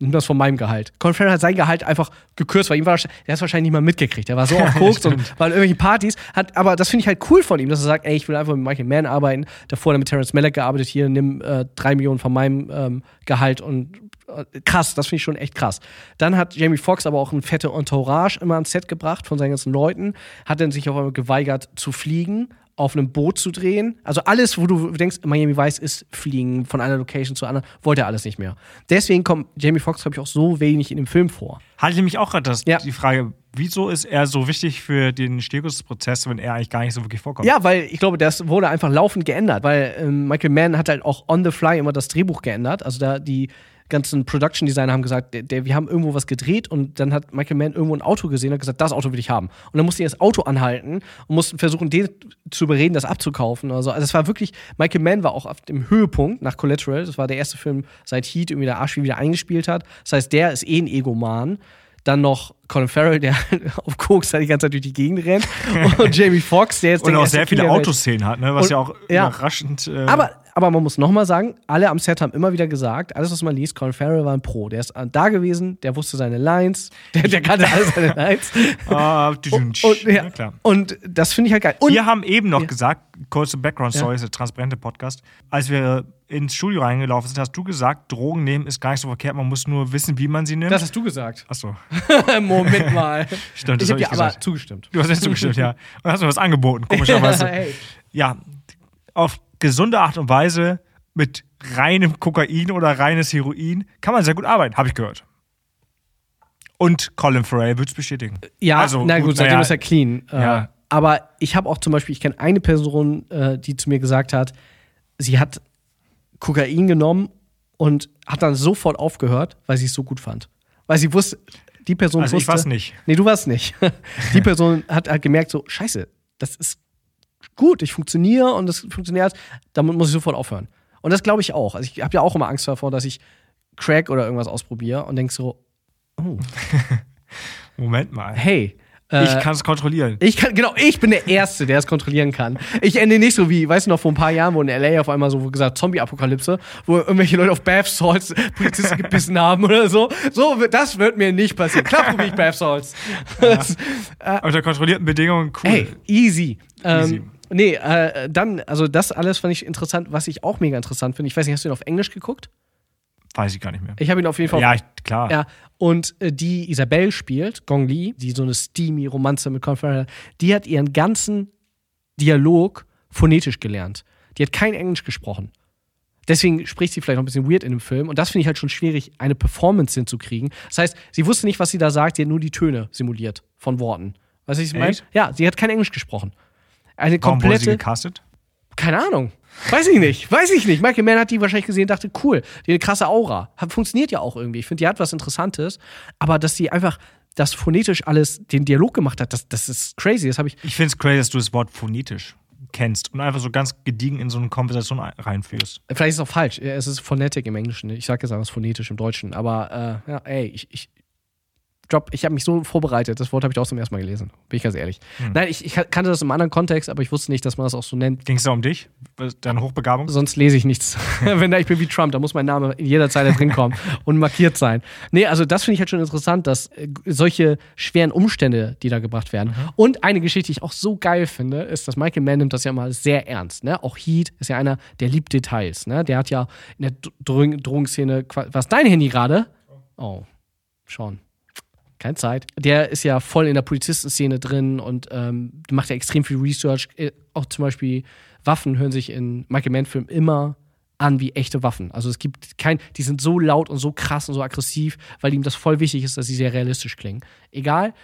Speaker 2: nimm das von meinem Gehalt. Colin Farrell hat sein Gehalt einfach gekürzt, weil ihm war, der hat wahrscheinlich nicht mal mitgekriegt. Der war so auf Koks und war in irgendwelchen Partys. Hat, aber das finde ich halt cool von ihm, dass er sagt, ey, ich will einfach mit Michael Mann arbeiten. Davor hat er mit Terrence Malick gearbeitet, hier nimm äh, drei Millionen von meinem ähm, Gehalt und äh, krass, das finde ich schon echt krass. Dann hat Jamie Foxx aber auch ein fette Entourage immer ans Set gebracht von seinen ganzen Leuten, hat dann sich auf einmal geweigert zu fliegen, auf einem Boot zu drehen. Also alles, wo du denkst, Miami Vice ist fliegen von einer Location zur anderen, wollte er alles nicht mehr. Deswegen kommt Jamie Foxx, glaube ich, auch so wenig in dem Film vor.
Speaker 1: Hatte ich mich auch gerade das-
Speaker 2: Ja.
Speaker 1: die Frage, wieso ist er so wichtig für den Stilgusprozess, wenn er eigentlich gar nicht so wirklich vorkommt?
Speaker 2: Ja, weil ich glaube, das wurde einfach laufend geändert, weil ähm, Michael Mann hat halt auch on the fly immer das Drehbuch geändert. Also da die ganzen Production Designer haben gesagt, der, der, wir haben irgendwo was gedreht und dann hat Michael Mann irgendwo ein Auto gesehen und hat gesagt, das Auto will ich haben. Und dann mussten die das Auto anhalten und mussten versuchen, den zu überreden, das abzukaufen oder so. Also es war wirklich, Michael Mann war auch auf dem Höhepunkt nach Collateral. Das war der erste Film seit Heat, irgendwie der Arsch wieder eingespielt hat. Das heißt, der ist eh ein Egoman. Dann noch Colin Farrell, der auf Koks die ganze Zeit durch die Gegend rennt. Und Jamie Foxx, der jetzt
Speaker 1: Und
Speaker 2: den
Speaker 1: auch
Speaker 2: ersten
Speaker 1: sehr viele
Speaker 2: Film der Welt-
Speaker 1: Autoszenen hat, ne? was
Speaker 2: Und-
Speaker 1: ja auch
Speaker 2: ja.
Speaker 1: überraschend. Äh,
Speaker 2: aber, aber man muss nochmal sagen, alle am Set haben immer wieder gesagt, alles, was man liest, Colin Farrell war ein Pro. Der ist äh, da gewesen, der wusste seine Lines, der, der kannte alle seine Lines.
Speaker 1: ah, tsch, tsch,
Speaker 2: Und, ja,
Speaker 1: na klar.
Speaker 2: und das finde ich halt geil. Und
Speaker 1: wir haben eben noch gesagt, kurze Background Story, ist der transparente Podcast. Als wir ins Studio reingelaufen sind, hast du gesagt, Drogen nehmen ist gar nicht so verkehrt, man muss nur wissen, wie man sie nimmt.
Speaker 2: hast du gesagt.
Speaker 1: Achso,
Speaker 2: Moment mal.
Speaker 1: Stimmt, das
Speaker 2: ich habe
Speaker 1: hab
Speaker 2: dir
Speaker 1: ich
Speaker 2: aber
Speaker 1: gesagt.
Speaker 2: zugestimmt.
Speaker 1: du hast nicht zugestimmt, ja. Und hast mir was angeboten, komischerweise.
Speaker 2: Hey.
Speaker 1: ja, auf gesunde Art und Weise mit reinem Kokain oder reines Heroin kann man sehr gut arbeiten, habe ich gehört. Und Colin Farrell wird es bestätigen.
Speaker 2: Ja,
Speaker 1: Also,
Speaker 2: na
Speaker 1: gut,
Speaker 2: gut, seitdem
Speaker 1: naja.
Speaker 2: ist er clean. Äh,
Speaker 1: Ja.
Speaker 2: Aber ich habe auch zum Beispiel, ich kenne eine Person, äh, die zu mir gesagt hat, sie hat Kokain genommen und hat dann sofort aufgehört, weil sie es so gut fand. Weil sie wusste, die Person
Speaker 1: Also ich
Speaker 2: wusste.
Speaker 1: war's nicht.
Speaker 2: Nee, du warst nicht. Die Person hat halt gemerkt, so, scheiße, das ist gut, ich funktioniere und das funktioniert, damit muss ich sofort aufhören. Und das glaube ich auch. Also ich habe ja auch immer Angst davor, dass ich Crack oder irgendwas ausprobiere und denke so,
Speaker 1: Moment mal.
Speaker 2: hey, äh,
Speaker 1: Ich kann es kontrollieren.
Speaker 2: Ich kann, genau, ich bin der Erste, der es kontrollieren kann. Ich ende nicht so wie, weißt du noch, vor ein paar Jahren, wo in L.A. auf einmal so gesagt, Zombie-Apokalypse, wo irgendwelche Leute auf Bath Salts Polizisten gebissen haben oder so. So, wird- das wird mir nicht passieren. Klar probiere ich Bath Salts.
Speaker 1: Unter kontrollierten Bedingungen cool.
Speaker 2: Hey, easy. Ähm,
Speaker 1: Easy.
Speaker 2: Nee, äh, dann, also das alles fand ich interessant, was ich auch mega interessant finde. Ich weiß nicht, hast du ihn auf Englisch geguckt?
Speaker 1: Weiß ich gar nicht mehr.
Speaker 2: Ich habe ihn auf jeden Fall auf
Speaker 1: Ja, ich, klar.
Speaker 2: Ja, und äh, die Isabelle spielt, Gong Li, die so eine steamy Romanze mit Colin Farrell hat, die hat ihren ganzen Dialog phonetisch gelernt. Die hat kein Englisch gesprochen. Deswegen spricht sie vielleicht noch ein bisschen weird in dem Film. Und das finde ich halt schon schwierig, eine Performance hinzukriegen. Das heißt, sie wusste nicht, was sie da sagt, sie hat nur die Töne simuliert von Worten. Weißt du, was ich meine?
Speaker 1: Echt?
Speaker 2: Ja, sie hat kein Englisch gesprochen. Eine
Speaker 1: Warum wurde sie
Speaker 2: komplette.
Speaker 1: gecastet?
Speaker 2: Keine Ahnung. Weiß ich nicht. Weiß ich nicht. Michael Mann hat die wahrscheinlich gesehen und dachte, cool, die hat eine krasse Aura. Hat, funktioniert ja auch irgendwie. Ich finde, die hat was Interessantes. Aber dass die einfach das phonetisch alles, den Dialog gemacht hat, das, das ist crazy. Das habe ich.
Speaker 1: Ich finde es crazy, dass du das Wort phonetisch kennst und einfach so ganz gediegen in so eine Konversation ein- reinführst.
Speaker 2: Vielleicht ist es auch falsch. Ja, Es ist Phonetic im Englischen. Ich sage jetzt einfach phonetisch im Deutschen. Aber äh, ja, ey, ich. ich Drop, ich habe mich so vorbereitet. Das Wort habe ich auch zum ersten Mal gelesen. Bin ich ganz ehrlich. Nein, ich, ich kannte das im anderen Kontext, aber ich wusste nicht, dass man das auch so nennt.
Speaker 1: Ging es da um dich? Was- Deine Hochbegabung?
Speaker 2: sonst lese ich nichts. Wenn da ich bin wie Trump, da muss mein Name in jeder Zeile drin kommen und markiert sein. Nee, also das finde ich halt schon interessant, dass äh, solche schweren Umstände, die da gebracht werden. Und eine Geschichte, die ich auch so geil finde, ist, dass Michael Mann nimmt das ja mal sehr ernst. Ne? Auch Heat ist ja einer, der liebt Details. Ne? Der hat ja in der Dro- Drogenszene, qua- was dein Handy gerade? Oh, schon. Keine Zeit. Der ist ja voll in der Polizistenszene drin und ähm, macht ja extrem viel Research. Äh, Auch zum Beispiel Waffen hören sich in Michael Mann-Filmen immer an wie echte Waffen. Also es gibt kein, die sind so laut und so krass und so aggressiv, weil ihm das voll wichtig ist, dass sie sehr realistisch klingen. Egal,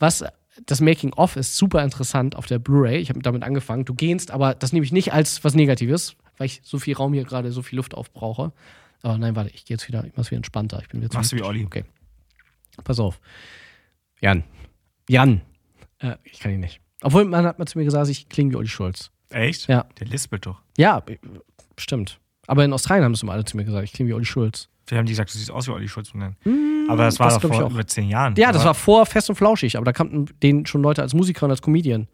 Speaker 2: was das Making-of ist super interessant auf der Blu-ray. Ich habe damit angefangen. Du gehst, aber das nehme ich nicht als was Negatives, weil ich so viel Raum hier gerade, so viel Luft aufbrauche. Aber nein, warte, ich gehe jetzt wieder, ich mach's wieder entspannter. Ich bin wieder
Speaker 1: Machst du wie
Speaker 2: zurück.
Speaker 1: Olli.
Speaker 2: Okay. Pass auf. Jan. Jan. Äh, ich kann ihn nicht. Obwohl, man hat mal zu mir gesagt, ich klinge wie Olli Schulz.
Speaker 1: Echt?
Speaker 2: Ja.
Speaker 1: Der lispelt doch.
Speaker 2: Ja, b- stimmt. Aber in Australien haben es immer alle zu mir gesagt, ich klinge wie Olli Schulz.
Speaker 1: Wir haben die gesagt, du siehst aus wie Olli Schulz. Nein. aber das war
Speaker 2: Mm, das
Speaker 1: doch
Speaker 2: glaub ich
Speaker 1: vor
Speaker 2: auch.
Speaker 1: über zehn Jahren.
Speaker 2: Ja, das
Speaker 1: Aber
Speaker 2: war vor Fest und Flauschig, aber da kannten den schon Leute als Musiker und als Comedian.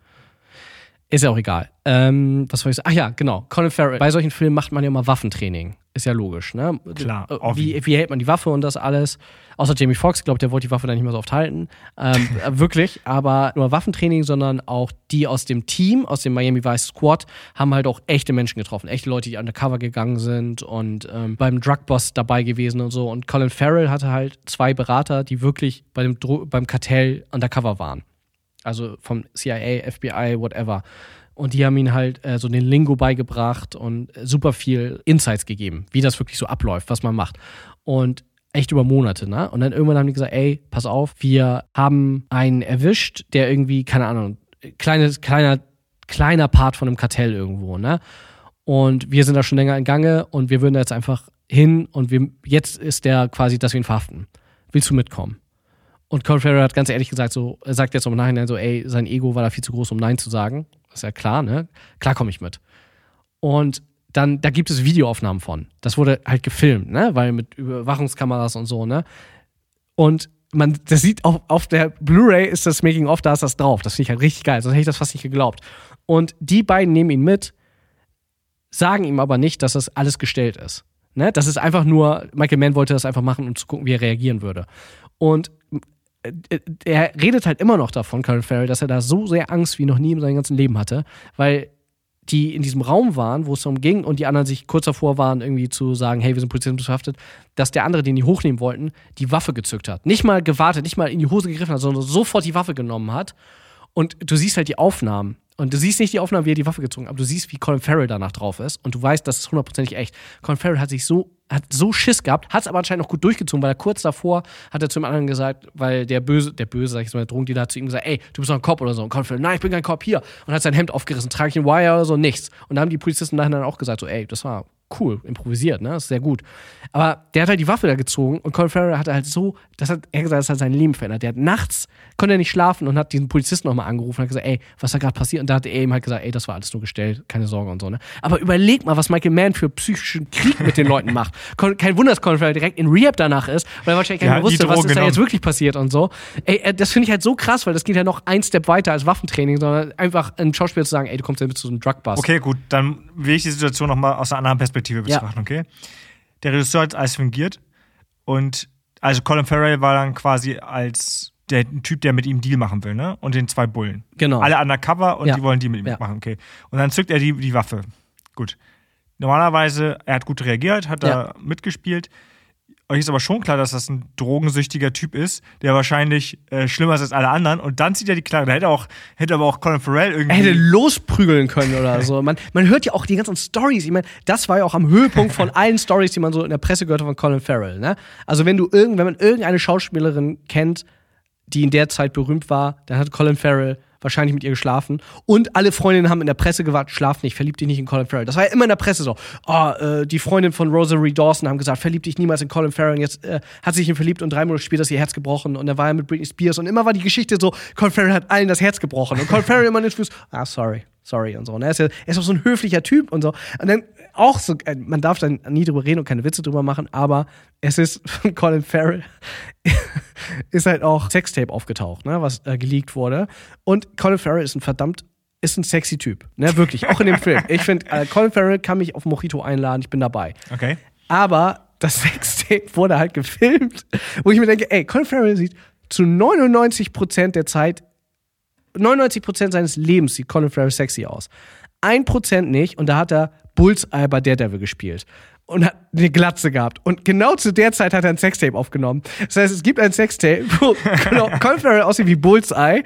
Speaker 2: Ist ja auch egal. Ähm, was soll ich sagen? Ach ja, genau. Colin Farrell. Bei solchen Filmen macht man ja immer Waffentraining. Ist ja logisch, ne?
Speaker 1: Klar,
Speaker 2: Äh,
Speaker 1: obvi.
Speaker 2: Wie, wie hält man die Waffe und das alles? Außer Jamie Foxx, glaubt, der wollte die Waffe dann nicht mehr so oft halten. Ähm, äh, wirklich. Aber nur Waffentraining, sondern auch die aus dem Team, aus dem Miami Vice Squad, haben halt auch echte Menschen getroffen. Echte Leute, die undercover gegangen sind und ähm, beim Drugboss dabei gewesen und so. Und Colin Farrell hatte halt zwei Berater, die wirklich bei dem Dro beim Kartell undercover waren. Also vom CIA, FBI, whatever. Und die haben ihn halt äh, so den Lingo beigebracht und äh, super viel Insights gegeben, wie das wirklich so abläuft, was man macht. Und echt über Monate, ne? Und dann irgendwann haben die gesagt, ey, pass auf, wir haben einen erwischt, der irgendwie, keine Ahnung, kleines, kleiner, kleiner Part von einem Kartell irgendwo, ne? Und wir sind da schon länger in Gange und wir würden da jetzt einfach hin und wir, jetzt ist der quasi, dass wir ihn verhaften. Willst du mitkommen? Und Colin Farrell hat ganz ehrlich gesagt, so, er sagt jetzt im Nachhinein so, ey, sein Ego war da viel zu groß, um Nein zu sagen. Ist ja klar, ne? Klar komme ich mit. Und dann, da gibt es Videoaufnahmen von. Das wurde halt gefilmt, ne? Weil mit Überwachungskameras und so, ne? Und man, das sieht auf, auf der Blu-ray ist das Making of, da ist das drauf. Das finde ich halt richtig geil. Sonst hätte ich das fast nicht geglaubt. Und die beiden nehmen ihn mit, sagen ihm aber nicht, dass das alles gestellt ist. Ne? Das ist einfach nur, Michael Mann wollte das einfach machen, um zu gucken, wie er reagieren würde. Und äh, er redet halt immer noch davon, Colin Farrell, dass er da so sehr Angst wie noch nie in seinem ganzen Leben hatte, weil die in diesem Raum waren, wo es darum ging und die anderen sich kurz davor waren, irgendwie zu sagen, hey, wir sind Polizisten verhaftet, dass der andere, den die hochnehmen wollten, die Waffe gezückt hat. Nicht mal gewartet, nicht mal in die Hose gegriffen hat, sondern sofort die Waffe genommen hat. Und du siehst halt die Aufnahmen. Und du siehst nicht die Aufnahmen, wie er die Waffe gezogen hat, aber du siehst, wie Colin Farrell danach drauf ist. Und du weißt, das ist hundertprozentig echt. Colin Farrell hat sich so, hat so Schiss gehabt, hat es aber anscheinend auch gut durchgezogen, weil er kurz davor hat er zu dem anderen gesagt, weil der Böse, der Böse, sag ich jetzt mal, der Drogendealer hat zu ihm gesagt, ey, du bist doch ein Cop oder so. Und Colin Farrell, nein, ich bin kein Cop, hier. Und hat sein Hemd aufgerissen, trage ich einen Wire oder so, nichts. Und da haben die Polizisten nachher dann auch gesagt, so, ey, das war cool, improvisiert, ne? Das ist sehr gut. Aber der hat halt die Waffe da gezogen und Colin Farrell hat halt so, das hat er hat gesagt, das hat sein Leben verändert. Der hat nachts, konnte er nicht schlafen und hat diesen Polizisten nochmal angerufen und hat gesagt, ey, was da gerade passiert? Und da hat er ihm halt gesagt, ey, das war alles nur gestellt, keine Sorge und so, ne? Aber überleg mal, was Michael Mann für psychischen Krieg mit den Leuten macht. Con- Kein Wunder, dass Colin Farrell direkt in Rehab danach ist, weil er wahrscheinlich gar
Speaker 1: Ja, die
Speaker 2: nicht wusste, was
Speaker 1: Drogen genau.
Speaker 2: ist da jetzt
Speaker 1: genommen.
Speaker 2: wirklich passiert und so. Ey, äh, das finde ich halt so krass, weil das geht ja noch ein Step weiter als Waffentraining, sondern einfach einem Schauspieler zu sagen, ey, du kommst ja mit zu so einem Drugbus.
Speaker 1: Okay, gut, dann will ich die Situation nochmal aus einer anderen Perspektive
Speaker 2: Ja.
Speaker 1: betrachten, okay? Der Regisseur hat es alles fingiert und also Colin Farrell war dann quasi als der Typ, der mit ihm Deal machen will, ne? Und den zwei Bullen.
Speaker 2: Genau.
Speaker 1: Alle undercover und
Speaker 2: Ja.
Speaker 1: die wollen Deal mit ihm
Speaker 2: Ja.
Speaker 1: machen, okay. Und dann zückt er die, die Waffe. Gut. Normalerweise, er hat gut reagiert, hat
Speaker 2: Ja.
Speaker 1: da mitgespielt. Euch ist aber schon klar, dass das ein drogensüchtiger Typ ist, der wahrscheinlich äh, schlimmer ist als alle anderen. Und dann zieht er die Klage. Da hätte, auch, hätte aber auch Colin Farrell irgendwie.
Speaker 2: Er hätte losprügeln können oder so. Man, man hört ja auch die ganzen Stories. Ich meine, das war ja auch am Höhepunkt von allen Stories, die man so in der Presse gehört hat von Colin Farrell. Ne? Also wenn du irgend, wenn man irgendeine Schauspielerin kennt, die in der Zeit berühmt war, dann hat Colin Farrell wahrscheinlich mit ihr geschlafen. Und alle Freundinnen haben in der Presse gewartet, schlaf nicht, verlieb dich nicht in Colin Farrell. Das war ja immer in der Presse so. Oh, äh, die Freundin von Rosary Dawson haben gesagt, verlieb dich niemals in Colin Farrell. Und Jetzt äh, hat sie sich ihn verliebt und drei Monate später ist ihr Herz gebrochen. Und dann war er mit Britney Spears. Und immer war die Geschichte so, Colin Farrell hat allen das Herz gebrochen. Und Colin Farrell immer in den Fuß, ah, sorry sorry und so. Und er ist, ja, er ist auch so ein höflicher Typ und so. Und dann auch so, äh, man darf dann nie drüber reden und keine Witze drüber machen, aber es ist von Colin Farrell ist halt auch Sextape aufgetaucht, ne, was äh, geleakt wurde. Und Colin Farrell ist ein verdammt ist ein sexy Typ, ne, wirklich, auch in dem Film. Ich finde, äh, Colin Farrell kann mich auf Mojito einladen, ich bin dabei.
Speaker 1: okay.
Speaker 2: Aber das Sextape wurde halt gefilmt, wo ich mir denke, ey, Colin Farrell sieht zu 99% der Zeit, 99% seines Lebens sieht Colin Farrell sexy aus. 1% nicht und da hat er Bullseye bei Daredevil gespielt. Und hat eine Glatze gehabt. Und genau zu der Zeit hat er ein Sextape aufgenommen. Das heißt, es gibt ein Sextape, wo genau Colin Farrell aussieht wie Bullseye.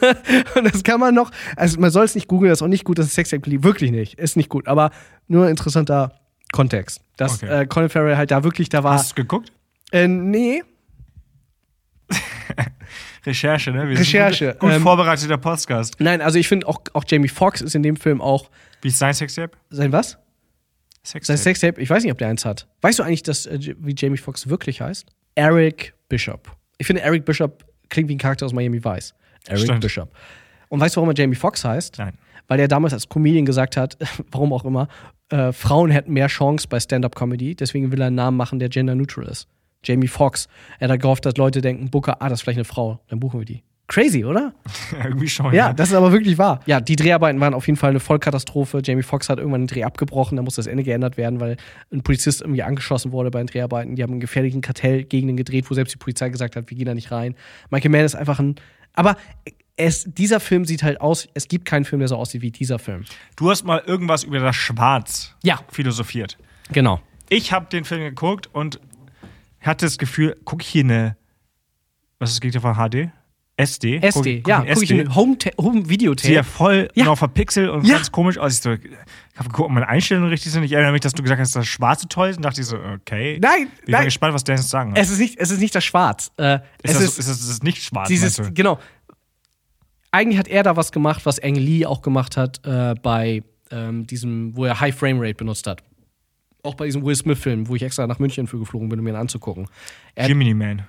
Speaker 2: und das kann man noch, also man soll es nicht googeln, das ist auch nicht gut, dass es Sextape liegt. Wirklich nicht. Ist nicht gut. Aber nur ein interessanter Kontext. Dass
Speaker 1: Okay.
Speaker 2: äh, Colin Farrell halt da wirklich da war.
Speaker 1: Hast du geguckt?
Speaker 2: Äh, nee.
Speaker 1: Recherche, ne? Wir
Speaker 2: Recherche,
Speaker 1: Sind gut, gut
Speaker 2: ähm,
Speaker 1: vorbereiteter Podcast.
Speaker 2: Nein, also ich finde auch, auch Jamie Foxx ist in dem Film auch
Speaker 1: Wie ist sein Sextape?
Speaker 2: sein was? Sein
Speaker 1: Sextape.
Speaker 2: Sextape, ich weiß nicht, ob der eins hat. Weißt du eigentlich, dass, äh, J- wie Jamie Foxx wirklich heißt? Eric Bishop. Ich finde, Eric Bishop klingt wie ein Charakter aus Miami Vice. Eric
Speaker 1: Stimmt.
Speaker 2: Bishop. Und weißt du, warum er Jamie Foxx heißt?
Speaker 1: Nein.
Speaker 2: Weil er damals als Comedian gesagt hat, warum auch immer, äh, Frauen hätten mehr Chance bei Stand-Up-Comedy, deswegen will er einen Namen machen, der gender-neutral ist. Jamie Foxx. Er hat gehofft, dass Leute denken, Booker, ah, das ist vielleicht eine Frau, dann buchen wir die. Crazy, oder?
Speaker 1: Irgendwie schon. ne?
Speaker 2: Ja, das ist aber wirklich wahr. Ja, die Dreharbeiten waren auf jeden Fall eine Vollkatastrophe. Jamie Foxx hat irgendwann den Dreh abgebrochen, da musste das Ende geändert werden, weil ein Polizist irgendwie angeschossen wurde bei den Dreharbeiten. Die haben einen gefährlichen Kartell gegen den gedreht, wo selbst die Polizei gesagt hat, wir gehen da nicht rein. Michael Mann ist einfach ein. Aber es, dieser Film sieht halt aus, es gibt keinen Film, der so aussieht wie dieser Film.
Speaker 1: Du hast mal irgendwas über das Schwarz
Speaker 2: Ja.
Speaker 1: philosophiert.
Speaker 2: Genau.
Speaker 1: Ich habe den Film geguckt und hatte das Gefühl, guck ich hier eine. Was ist das Gegenteil von HD? SD? Guck-
Speaker 2: SD,
Speaker 1: guck
Speaker 2: ja,
Speaker 1: ein
Speaker 2: guck ich
Speaker 1: SD.
Speaker 2: in Home, Home Videotape.
Speaker 1: Sieht ja voll
Speaker 2: Ja.
Speaker 1: genau verpixelt und
Speaker 2: Ja.
Speaker 1: ganz komisch aus. Ich, so, ich habe geguckt, ob meine Einstellungen richtig sind. Ich erinnere mich, dass du gesagt hast, das schwarze Toy ist. Und dachte ich so, okay.
Speaker 2: Nein,
Speaker 1: Ich bin
Speaker 2: nein.
Speaker 1: gespannt, was Dennis sagen wird.
Speaker 2: Es ist nicht, es ist nicht das Schwarz. Äh,
Speaker 1: Ist
Speaker 2: es
Speaker 1: das,
Speaker 2: ist,
Speaker 1: ist, das, ist das nicht schwarz?
Speaker 2: dieses,
Speaker 1: meinst du?
Speaker 2: genau. Eigentlich hat er da was gemacht, was Ang Lee auch gemacht hat äh, bei ähm, diesem, wo er High Frame Rate benutzt hat. Auch bei diesem Will Smith-Film, wo ich extra nach München für geflogen bin, um mir ihn anzugucken. Er,
Speaker 1: Jiminy Man.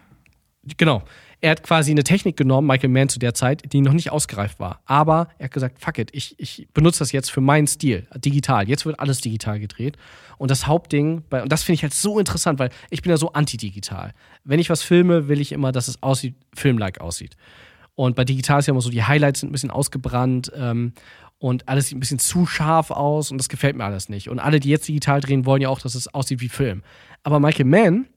Speaker 2: genau. Er hat quasi eine Technik genommen, Michael Mann zu der Zeit, die noch nicht ausgereift war. Aber er hat gesagt, fuck it, ich, ich benutze das jetzt für meinen Stil, digital. Jetzt wird alles digital gedreht. Und das Hauptding, bei, und das finde ich halt so interessant, weil ich bin ja so antidigital. Wenn ich was filme, will ich immer, dass es aussieht, filmlike aussieht. Und bei digital ist ja immer so, die Highlights sind ein bisschen ausgebrannt ähm, und alles sieht ein bisschen zu scharf aus und das gefällt mir alles nicht. Und alle, die jetzt digital drehen, wollen ja auch, dass es aussieht wie Film. Aber Michael Mann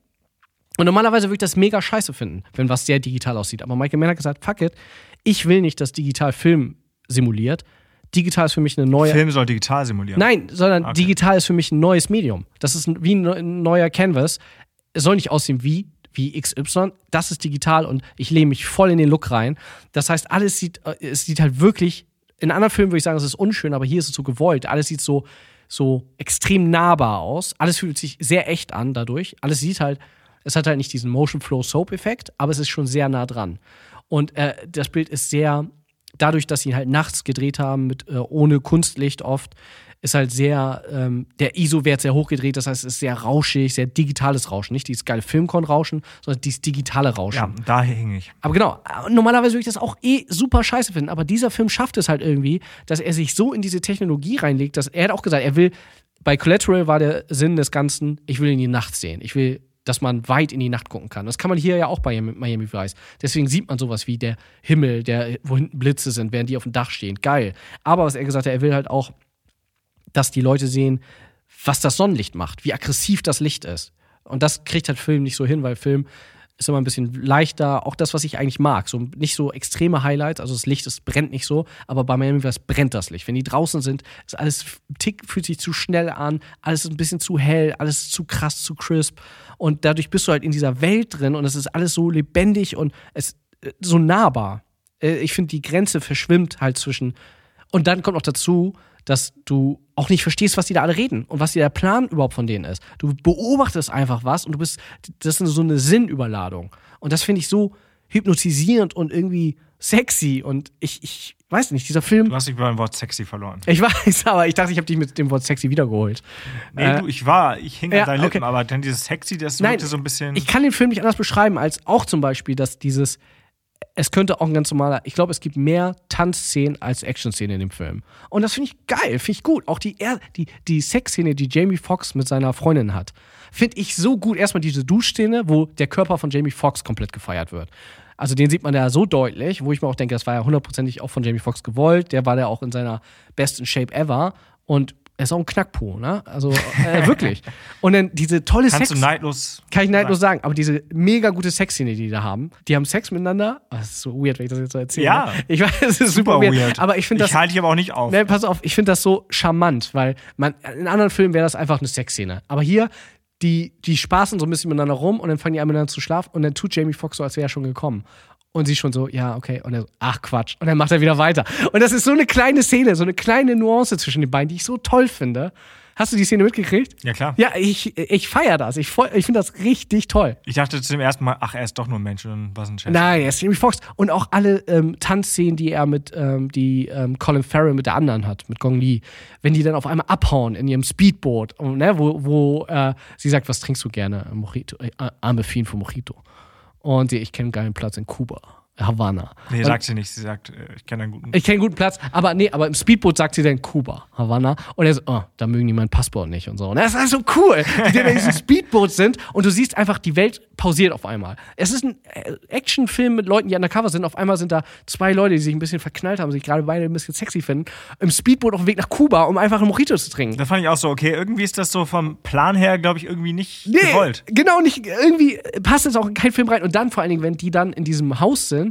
Speaker 2: und normalerweise würde ich das mega scheiße finden, wenn was sehr digital aussieht. Aber Michael Mann hat gesagt, fuck it, ich will nicht, dass digital Film simuliert. Digital ist für mich eine neue.
Speaker 1: Film soll digital simulieren.
Speaker 2: Oh Nein, sondern digital ist für mich ein neues Medium. Das ist ein- wie ein neu- ein neuer Canvas. Es soll nicht aussehen wie wie XY, das ist digital und ich lehne mich voll in den Look rein. Das heißt, alles sieht, äh, es sieht halt wirklich, in anderen Filmen würde ich sagen, es ist unschön, aber hier ist es so gewollt. Alles sieht so, so extrem nahbar aus. Alles fühlt sich sehr echt an dadurch. Alles sieht halt, es hat halt nicht diesen Motion Flow Soap Effekt, aber es ist schon sehr nah dran. Und äh, das Bild ist sehr, dadurch, dass sie ihn halt nachts gedreht haben, mit, äh, ohne Kunstlicht oft, ist halt sehr, ähm, der ISO-Wert sehr hochgedreht. Das heißt, es ist sehr rauschig, sehr digitales Rauschen. Nicht dieses geile Filmkorn-Rauschen, sondern dieses digitale Rauschen.
Speaker 1: Ja, da hing ich.
Speaker 2: Aber genau, äh, normalerweise würde ich das auch eh super scheiße finden. Aber dieser Film schafft es halt irgendwie, dass er sich so in diese Technologie reinlegt, dass er hat auch gesagt, er will, bei Collateral war der Sinn des Ganzen, ich will in die Nacht sehen. Ich will, dass man weit in die Nacht gucken kann. Das kann man hier ja auch bei Miami Vice. Deswegen sieht man sowas wie der Himmel, der, wo hinten Blitze sind, während die auf dem Dach stehen. Geil. Aber was er gesagt hat, er will halt auch, dass die Leute sehen, was das Sonnenlicht macht, wie aggressiv das Licht ist. Und das kriegt halt Film nicht so hin, weil Film ist immer ein bisschen leichter, auch das, was ich eigentlich mag. So nicht so extreme Highlights, also das Licht, es brennt nicht so, aber bei Miami Vice brennt das Licht. Wenn die draußen sind, ist alles f- tick, fühlt sich zu schnell an, alles ist ein bisschen zu hell, alles ist zu krass, zu crisp. Und dadurch bist du halt in dieser Welt drin und es ist alles so lebendig und es äh, so nahbar. Äh, Ich finde, die Grenze verschwimmt halt zwischen und dann kommt noch dazu, dass du auch nicht verstehst, was die da alle reden und was der Plan überhaupt von denen ist. Du beobachtest einfach was und du bist, das ist so eine Sinnüberladung. Und das finde ich so hypnotisierend und irgendwie sexy. Und ich, ich weiß nicht, dieser
Speaker 1: Du
Speaker 2: Film.
Speaker 1: hast dich beim Wort sexy verloren.
Speaker 2: Ich weiß, aber ich dachte, ich habe dich mit dem Wort sexy wiedergeholt.
Speaker 1: Nee, du, ich war, ich hing
Speaker 2: Äh, ja,
Speaker 1: an deinen Lippen,
Speaker 2: okay.
Speaker 1: aber dann dieses sexy, das
Speaker 2: Nein,
Speaker 1: wirkte so ein bisschen.
Speaker 2: Ich kann den Film nicht anders beschreiben, als auch zum Beispiel, dass dieses. Es könnte auch ein ganz normaler. Ich glaube, es gibt mehr Tanzszenen als Action-Szenen in dem Film. Und das finde ich geil, finde ich gut. Auch die, er- die, die Sexszene, die Jamie Foxx mit seiner Freundin hat, finde ich so gut. Erstmal diese Duschszene, wo der Körper von Jamie Foxx komplett gefeiert wird. Also den sieht man da so deutlich, wo ich mir auch denke, das war ja hundertprozentig auch von Jamie Foxx gewollt. Der war da auch in seiner besten Shape ever. Und er ist auch ein Knackpo, ne? Also äh, wirklich. Und dann diese tolle
Speaker 1: Kannst
Speaker 2: Sex
Speaker 1: du neidlos.
Speaker 2: kann ich neidlos sagen, aber diese mega gute Sexszene, die die da haben, die haben Sex miteinander. Oh, das ist so weird, wenn ich das jetzt so erzähle.
Speaker 1: Ja.
Speaker 2: ne? Ich weiß, es ist super,
Speaker 1: Super
Speaker 2: weird,
Speaker 1: weird.
Speaker 2: Aber ich finde das. Ne?
Speaker 1: Ich halte dich aber auch nicht auf.
Speaker 2: Nee, pass auf, ich finde das so charmant, weil man, in anderen Filmen wäre das einfach eine Sexszene. Aber hier, die, die spaßen so ein bisschen miteinander rum und dann fangen die an miteinander zu schlafen und dann tut Jamie Foxx so, als wäre er schon gekommen. Und sie schon so, ja, okay. Und er so, ach Quatsch. Und dann macht er wieder weiter. Und das ist so eine kleine Szene, so eine kleine Nuance zwischen den beiden, die ich so toll finde. Hast du die Szene mitgekriegt?
Speaker 1: Ja, klar.
Speaker 2: Ja, ich, ich feiere das. Ich, voll- ich finde das richtig toll.
Speaker 1: Ich dachte zum ersten Mal, ach, er ist doch nur ein Mensch und was ein Chef.
Speaker 2: Nein, er ist Jamie Foxx. Und auch alle ähm, Tanzszenen, die er mit, ähm, die ähm, Colin Farrell mit der anderen hat, mit Gong Li. Wenn die dann auf einmal abhauen in ihrem Speedboot, und, ne, wo, wo äh, sie sagt, was trinkst du gerne? Mojito, äh, arme Fiend von Mojito. Und sie, ich kenne einen geilen Platz in Kuba, Havanna.
Speaker 1: Nee,
Speaker 2: Und-
Speaker 1: sagt sie nicht. Sie sagt, äh, ich kenne einen guten.
Speaker 2: ich kenne einen guten Platz, aber nee, aber im Speedboot sagt sie dann Kuba, Havanna. Und er so, oh, da mögen die mein Passport nicht und so. Und das ist so cool, die dann in diesem Speedboot sind und du siehst einfach, die Welt pausiert auf einmal. Es ist ein äh, Actionfilm mit Leuten, die undercover sind. Auf einmal sind da zwei Leute, die sich ein bisschen verknallt haben, sich gerade beide ein bisschen sexy finden, im Speedboot auf dem Weg nach Kuba, um einfach einen Mojito zu trinken.
Speaker 1: Da fand ich auch so, okay, irgendwie ist das so vom Plan her, glaube ich, irgendwie nicht gewollt.
Speaker 2: Genau, nicht irgendwie passt es auch in keinen Film rein. Und dann vor allen Dingen, wenn die dann in diesem Haus sind,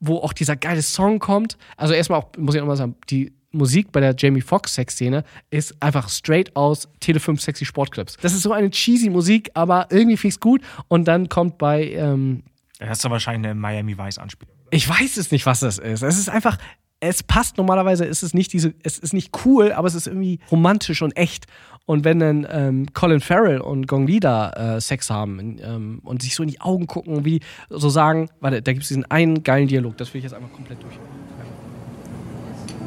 Speaker 2: wo auch dieser geile Song kommt. Also erstmal auch, muss ich auch mal sagen, die Musik bei der Jamie Foxx Sexszene ist einfach straight aus Tele5 Sexy Sportclips. Das ist so eine cheesy Musik, aber irgendwie finde ich's gut. Und dann kommt bei, ähm,
Speaker 1: Das ist doch wahrscheinlich eine Miami Vice Anspielung.
Speaker 2: ich weiß es nicht, was das ist. Es ist einfach, es passt normalerweise, ist es nicht diese, es ist nicht cool, aber es ist irgendwie romantisch und echt. Und wenn dann ähm, Colin Farrell und Gong Li da äh, Sex haben in, ähm, und sich so in die Augen gucken, wie so sagen, warte, da gibt es diesen einen geilen Dialog, das will ich jetzt einmal komplett durch.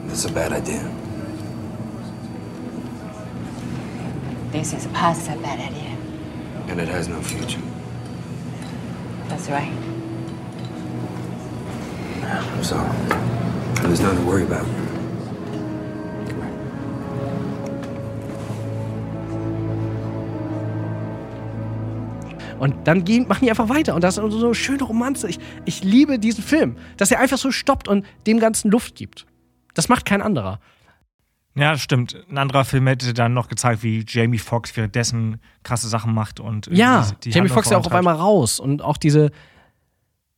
Speaker 4: That's a bad idea.
Speaker 5: This is past a bad idea.
Speaker 4: And it has no future.
Speaker 5: That's right.
Speaker 4: I'm sorry. And there's nothing to worry about.
Speaker 2: Und dann gehen, machen die einfach weiter. Und das ist so eine schöne Romanze. Ich, ich liebe diesen Film, dass er einfach so stoppt und dem Ganzen Luft gibt. Das macht kein anderer.
Speaker 1: Ja, stimmt. Ein anderer Film hätte dann noch gezeigt, wie Jamie Foxx währenddessen krasse Sachen macht und irgendwie
Speaker 2: Ja,
Speaker 1: die
Speaker 2: Jamie
Speaker 1: Handlung
Speaker 2: Foxx ja auch auf
Speaker 1: vorantreibt.
Speaker 2: einmal raus und auch diese.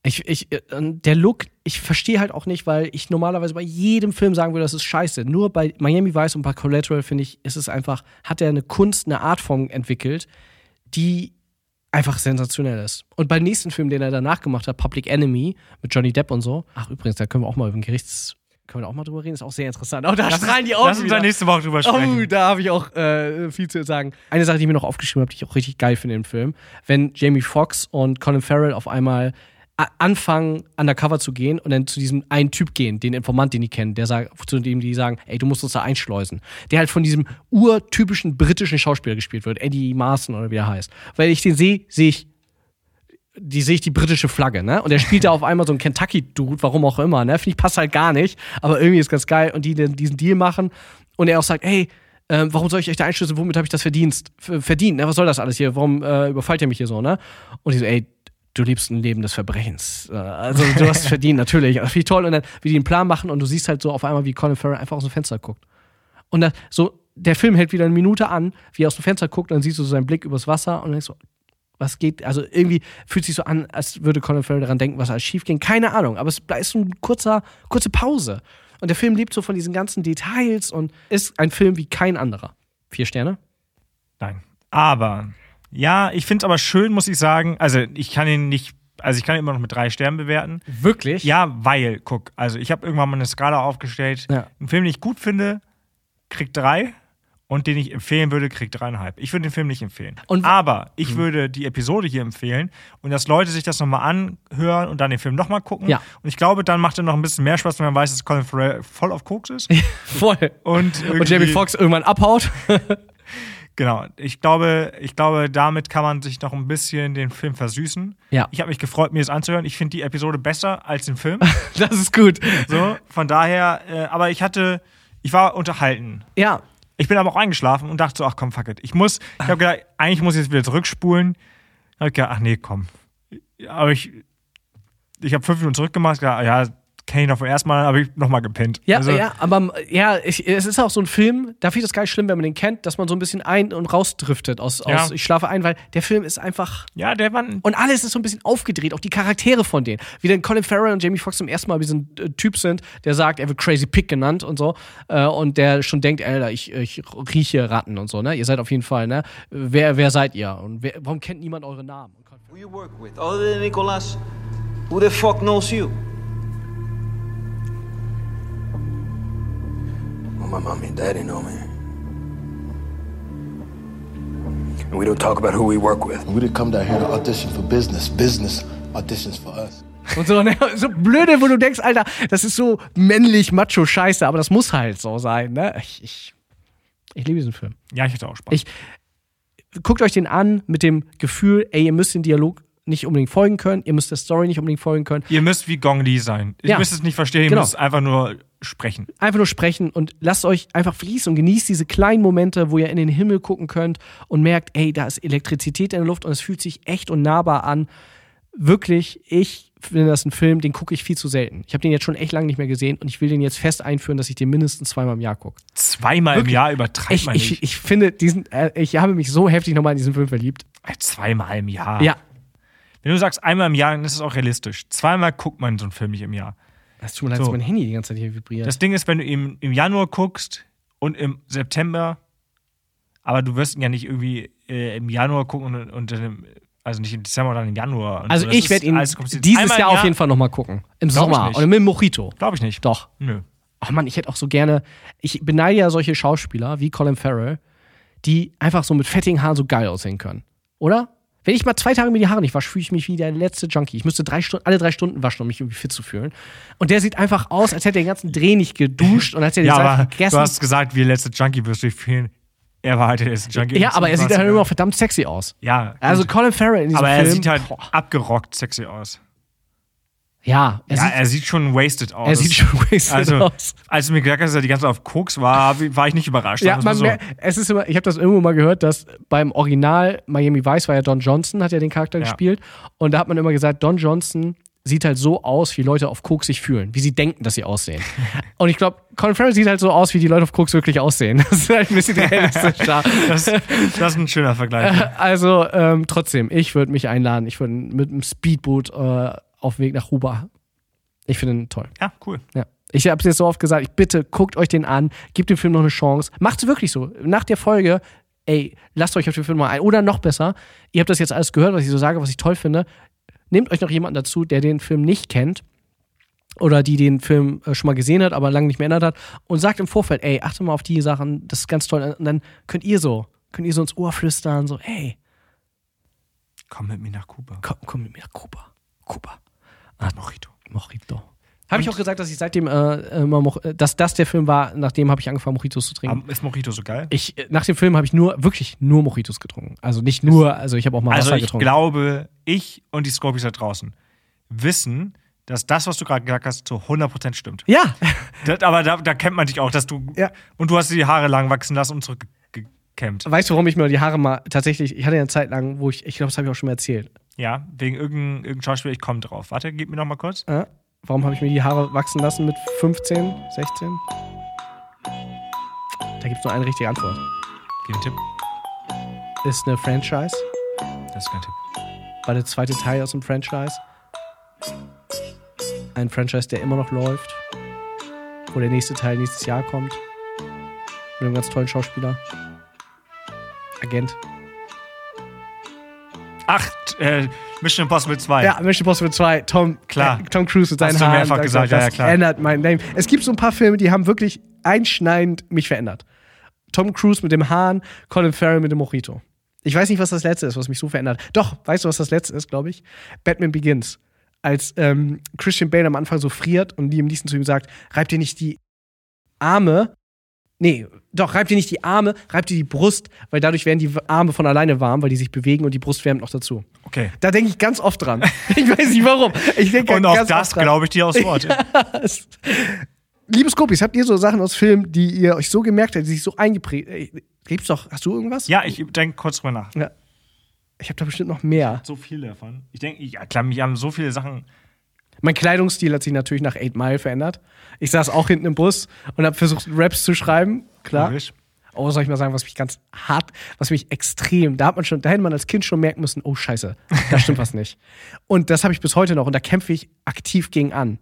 Speaker 2: Ich, ich, äh, der Look, ich verstehe halt auch nicht, weil ich normalerweise bei jedem Film sagen würde, das ist scheiße. Nur bei Miami Vice und bei Collateral, finde ich, ist es einfach, hat er eine Kunst, eine Art von entwickelt, die einfach sensationell ist. Und beim nächsten Film, den er danach gemacht hat, Public Enemy mit Johnny Depp und so, ach übrigens, da können wir auch mal über den Gerichts. Können wir da auch mal drüber reden? Ist auch sehr interessant. Oh, da strahlen die Augen.
Speaker 1: Lass uns
Speaker 2: wieder.
Speaker 1: da nächste Woche drüber sprechen.
Speaker 2: Oh, da habe ich auch äh, viel zu sagen. Eine Sache, die ich mir noch aufgeschrieben habe, die ich auch richtig geil finde im Film, wenn Jamie Foxx und Colin Farrell auf einmal a- anfangen, undercover zu gehen und dann zu diesem einen Typ gehen, den Informant, den die kennen, der sagt, zu dem die sagen, ey, du musst uns da einschleusen. Der halt von diesem urtypischen britischen Schauspieler gespielt wird, Eddie Marson oder wie er heißt. Weil ich den sehe, sehe ich die sehe ich die britische Flagge, ne? Und der spielt da auf einmal so einen Kentucky-Dude, warum auch immer, ne? Finde ich passt halt gar nicht, aber irgendwie ist ganz geil. Und die dann diesen Deal machen und er auch sagt, hey, ähm, warum soll ich euch da einschlüsseln? Womit habe ich das verdient? Verdient, ne? Was soll das alles hier? Warum äh, überfallt ihr mich hier so, ne? Und die so, ey, du lebst ein Leben des Verbrechens. Äh, Also du hast es verdient, natürlich. Also, Finde ich toll. Und dann, wie die den Plan machen und du siehst halt so auf einmal, wie Colin Farrell einfach aus dem Fenster guckt. Und da, so, der Film hält wieder eine Minute an, wie er aus dem Fenster guckt, und dann siehst du so seinen Blick übers Wasser und denkst so, was geht, also irgendwie fühlt sich so an, als würde Colin Farrell daran denken, was alles schief ging. Keine Ahnung, aber es ist so ein kurzer, kurze Pause. Und der Film lebt so von diesen ganzen Details und ist ein Film wie kein anderer. Vier Sterne?
Speaker 1: Nein. Aber, ja, ich finde es aber schön, muss ich sagen. Also, ich kann ihn nicht, also ich kann ihn immer noch mit drei Sternen bewerten.
Speaker 2: Wirklich? Ja.
Speaker 1: Ja, weil, guck, also ich habe irgendwann mal eine Skala aufgestellt.
Speaker 2: Ja.
Speaker 1: Ein Film, den ich gut finde, kriegt drei. Und den ich empfehlen würde, kriegt dreieinhalb. Ich würde den Film nicht empfehlen.
Speaker 2: Und w- Mhm.
Speaker 1: Aber ich würde die Episode hier empfehlen und dass Leute sich das nochmal anhören und dann den Film nochmal gucken.
Speaker 2: Ja.
Speaker 1: Und ich glaube, dann macht er noch ein bisschen mehr Spaß, wenn man weiß, dass Colin Farrell voll auf Koks ist.
Speaker 2: Voll.
Speaker 1: Und,
Speaker 2: Und Jamie
Speaker 1: irgendwie-
Speaker 2: Foxx irgendwann abhaut.
Speaker 1: Genau. Ich glaube, ich glaube, damit kann man sich noch ein bisschen den Film versüßen.
Speaker 2: Ja.
Speaker 1: Ich habe mich gefreut, mir das anzuhören. Ich finde die Episode besser als den Film.
Speaker 2: Das ist gut.
Speaker 1: So, von daher, äh, aber ich hatte, ich war unterhalten.
Speaker 2: Ja.
Speaker 1: Ich bin aber auch eingeschlafen und dachte so, ach komm, fuck it. Ich muss, ich habe gedacht, eigentlich muss ich jetzt wieder zurückspulen. Dann hab ich gedacht, ach nee, komm. Aber ich, ich habe fünf Minuten zurückgemacht, gedacht, ah ja, kenne ich noch vom ersten Mal, habe ich nochmal gepennt.
Speaker 2: Ja,
Speaker 1: Also,
Speaker 2: ja, aber ja, ich, es ist auch so ein Film, da finde ich das gar nicht schlimm, wenn man den kennt, dass man so ein bisschen ein- und rausdriftet aus,
Speaker 1: Ja.
Speaker 2: aus Ich schlafe ein, weil der Film ist einfach.
Speaker 1: ja, der war, ein-
Speaker 2: Und alles ist so ein bisschen aufgedreht, auch die Charaktere von denen. Wie dann Colin Farrell und Jamie Foxx zum ersten Mal wie so ein äh, Typ sind, der sagt, er wird Crazy Pig genannt und so. Äh, und der schon denkt, Alter, ich, ich rieche Ratten und so, ne? Ihr seid auf jeden Fall, ne? Wer, wer seid ihr? Und wer, warum kennt niemand eure Namen? Und Colin
Speaker 6: Who you work with, other than Nicolas, who the fuck knows you?
Speaker 4: Well, my mommy and daddy know me. And we don't talk about who we work with.
Speaker 7: We didn't come down here to audition for business. Business auditions for us.
Speaker 2: Und so, ne, so blöde, wo du denkst, Alter, das ist so männlich, macho Scheiße, aber das muss halt so sein, ne? Ich, ich, ich liebe diesen Film.
Speaker 1: Ja, ich hatte auch Spaß.
Speaker 2: Ich- Guckt euch den an mit dem Gefühl, ey, ihr müsst den Dialog nicht unbedingt folgen können, ihr müsst der Story nicht unbedingt folgen können.
Speaker 1: ihr müsst wie Gong Li sein. Ihr
Speaker 2: Ja.
Speaker 1: müsst es nicht verstehen, ihr
Speaker 2: Genau.
Speaker 1: müsst einfach nur sprechen.
Speaker 2: Einfach nur sprechen und lasst euch einfach fließen und genießt diese kleinen Momente, wo ihr in den Himmel gucken könnt und merkt, ey, da ist Elektrizität in der Luft und es fühlt sich echt und nahbar an. Wirklich, ich finde das ein Film, den gucke ich viel zu selten. Ich habe den jetzt schon echt lange nicht mehr gesehen und ich will den jetzt fest einführen, dass ich den mindestens zweimal im Jahr gucke.
Speaker 1: Zweimal im Jahr übertreibt
Speaker 2: Ich,
Speaker 1: man
Speaker 2: ich,
Speaker 1: nicht.
Speaker 2: ich finde diesen, äh, ich habe mich so heftig nochmal in diesen Film verliebt.
Speaker 1: Äh, Zweimal im Jahr.
Speaker 2: Ja,
Speaker 1: Wenn du sagst einmal im Jahr, dann ist es auch realistisch. Zweimal guckt man so einen Film nicht im Jahr.
Speaker 2: das tut mir leid,
Speaker 1: So.
Speaker 2: dass mein Handy die ganze Zeit hier vibriert.
Speaker 1: Das Ding ist, wenn du im, im Januar guckst und im September, aber du wirst ihn ja nicht irgendwie äh, im Januar gucken und, und dann im, also nicht im Dezember, sondern im Januar. Und
Speaker 2: also
Speaker 1: so. Das
Speaker 2: ich
Speaker 1: ist
Speaker 2: werde ihn
Speaker 1: alles kompliziert.
Speaker 2: dieses
Speaker 1: Einmal
Speaker 2: Jahr,
Speaker 1: im
Speaker 2: auf jeden Fall nochmal gucken. Im
Speaker 1: Glaub ich
Speaker 2: Sommer
Speaker 1: nicht.
Speaker 2: oder mit dem Mojito.
Speaker 1: Glaube ich nicht.
Speaker 2: Doch.
Speaker 1: Nö.
Speaker 2: Oh Mann, ich hätte auch so gerne, ich beneide ja solche Schauspieler wie Colin Farrell, die einfach so mit fettigen Haaren so geil aussehen können. Oder? Wenn ich mal zwei Tage mir die Haare nicht wasche, fühle ich mich wie der letzte Junkie. Ich müsste drei Stunden, alle drei Stunden waschen, um mich irgendwie fit zu fühlen. Und der sieht einfach aus, als hätte er den ganzen Dreh nicht geduscht und als hätte
Speaker 1: Ja,
Speaker 2: er den Salz
Speaker 1: aber
Speaker 2: gegessen.
Speaker 1: du hast gesagt, wie der letzte Junkie wirst du dich fühlen. Er war halt der letzte Junkie. in
Speaker 2: ja,
Speaker 1: den
Speaker 2: aber er sieht halt
Speaker 1: 20er.
Speaker 2: immer noch verdammt sexy aus.
Speaker 1: Ja,
Speaker 2: Also
Speaker 1: gut.
Speaker 2: Colin Farrell in diesem
Speaker 1: aber
Speaker 2: Film.
Speaker 1: er sieht halt
Speaker 2: boah.
Speaker 1: abgerockt sexy aus.
Speaker 2: Ja, er
Speaker 1: Ja,
Speaker 2: sieht,
Speaker 1: er sieht schon wasted aus.
Speaker 2: er sieht schon wasted
Speaker 1: also,
Speaker 2: aus.
Speaker 1: Als du mir gesagt hast, dass er die ganze Zeit auf Koks war, war ich nicht überrascht.
Speaker 2: Ja,
Speaker 1: Das war
Speaker 2: man
Speaker 1: so,
Speaker 2: mer- es ist immer, ich habe das irgendwo mal gehört, dass beim Original Miami Vice war ja Don Johnson, hat ja den Charakter gespielt. Und da hat man immer gesagt, Don Johnson sieht halt so aus, wie Leute auf Koks sich fühlen, wie sie denken, dass sie aussehen. und ich glaube, Colin Farrell sieht halt so aus, wie die Leute auf Koks wirklich aussehen. Das ist halt ein bisschen realistischer.
Speaker 1: das, das ist ein schöner Vergleich.
Speaker 2: also ähm, trotzdem, ich würde mich einladen. Ich würde mit einem Speedboot äh, auf dem Weg nach Huba. Ich finde ihn toll.
Speaker 1: Ja, cool.
Speaker 2: Ja. Ich habe es jetzt so oft gesagt, ich bitte, guckt euch den an, gebt dem Film noch eine Chance. Macht's wirklich so. Nach der Folge, ey, lasst euch auf den Film mal ein. Oder noch besser, ihr habt das jetzt alles gehört, was ich so sage, was ich toll finde. Nehmt euch noch jemanden dazu, der den Film nicht kennt oder die den Film äh, schon mal gesehen hat, aber lange nicht mehr erinnert hat und sagt im Vorfeld, ey, achte mal auf die Sachen, das ist ganz toll. Und dann könnt ihr so, könnt ihr so ins Ohr flüstern, so, ey,
Speaker 1: Komm mit mir nach Kuba.
Speaker 2: komm, komm mit mir nach Kuba. Kuba. Ah,
Speaker 1: Mojito.
Speaker 2: Mojito. Habe ich auch gesagt, dass ich seitdem äh, immer Mo dass das der Film war, nachdem habe ich angefangen Mojitos zu trinken.
Speaker 1: Ist Mojito so geil?
Speaker 2: ich äh, nach dem Film habe ich nur wirklich nur Mojitos getrunken. Also nicht nur, also ich habe auch mal
Speaker 1: also
Speaker 2: Wasser
Speaker 1: ich
Speaker 2: getrunken.
Speaker 1: glaube, ich und die Scorpios da draußen wissen, dass das, was du gerade gesagt hast, zu 100% stimmt.
Speaker 2: ja,
Speaker 1: Das, aber da, da kennt man dich auch, dass du
Speaker 2: Ja.
Speaker 1: und du hast dir die Haare lang wachsen lassen und zurückgekämmt.
Speaker 2: weißt du, warum ich mir die Haare mal tatsächlich, ich hatte ja eine Zeit lang, wo ich ich glaube, das habe ich auch schon mal erzählt.
Speaker 1: Ja, wegen irgendeinem irgendein Schauspieler, ich komme drauf. Warte, gib mir noch mal kurz.
Speaker 2: Äh? Warum habe ich mir die Haare wachsen lassen mit 15, 16? Da gibt es nur eine richtige Antwort.
Speaker 1: Gib einen Tipp.
Speaker 2: Ist eine Franchise,
Speaker 1: Das ist kein Tipp.
Speaker 2: war der zweite Teil aus dem Franchise. Ein Franchise, der immer noch läuft. Wo der nächste Teil nächstes Jahr kommt. Mit einem ganz tollen Schauspieler. Agent.
Speaker 1: Ach, äh, Mission Impossible 2.
Speaker 2: Ja, Mission Impossible 2, Tom,
Speaker 1: Klar.
Speaker 2: äh, Tom Cruise mit
Speaker 1: Hast
Speaker 2: seinen
Speaker 1: du
Speaker 2: Haaren.
Speaker 1: mehrfach
Speaker 2: sag ich
Speaker 1: gesagt,
Speaker 2: mal,
Speaker 1: ja,
Speaker 2: das
Speaker 1: ja, klar.
Speaker 2: ändert mein Name. Es gibt so ein paar Filme, die haben wirklich einschneidend mich verändert. Tom Cruise mit dem Hahn, Colin Farrell mit dem Mojito. Ich weiß nicht, was das letzte ist, was mich so verändert. Doch, weißt du, was das letzte ist, glaube ich? Batman Begins. Als ähm, Christian Bale am Anfang so friert und die am liebsten zu ihm sagt, reib dir nicht die Arme. Nee, doch, reib dir nicht die Arme, reib dir die Brust, weil dadurch werden die Arme von alleine warm, weil die sich bewegen und die Brust wärmt noch dazu.
Speaker 1: Okay.
Speaker 2: Da denke ich ganz oft dran. Ich weiß nicht warum. Ich denke
Speaker 1: Und
Speaker 2: ganz
Speaker 1: auch das
Speaker 2: oft dran.
Speaker 1: glaube ich dir aufs Wort.
Speaker 2: Das- Liebe Skopis, habt ihr so Sachen aus Filmen, die ihr euch so gemerkt habt, die sich so eingeprägt äh, Gibt's doch, hast du irgendwas?
Speaker 1: Ja, ich denke kurz drüber nach.
Speaker 2: Ja. Ich habe da bestimmt noch mehr.
Speaker 1: So viel davon. Ich denke, ja, klar, mich haben so viele Sachen.
Speaker 2: Mein Kleidungsstil hat sich natürlich nach Eight Mile verändert. Ich saß auch hinten im Bus und habe versucht, Raps zu schreiben. Klar.
Speaker 1: Logisch.
Speaker 2: Oh, soll ich mal sagen, was mich ganz hart, was mich extrem, da hat man schon, da hätte man als Kind schon merken müssen, oh Scheiße, da stimmt was nicht. Und das habe ich bis heute noch und da kämpfe ich aktiv gegen an.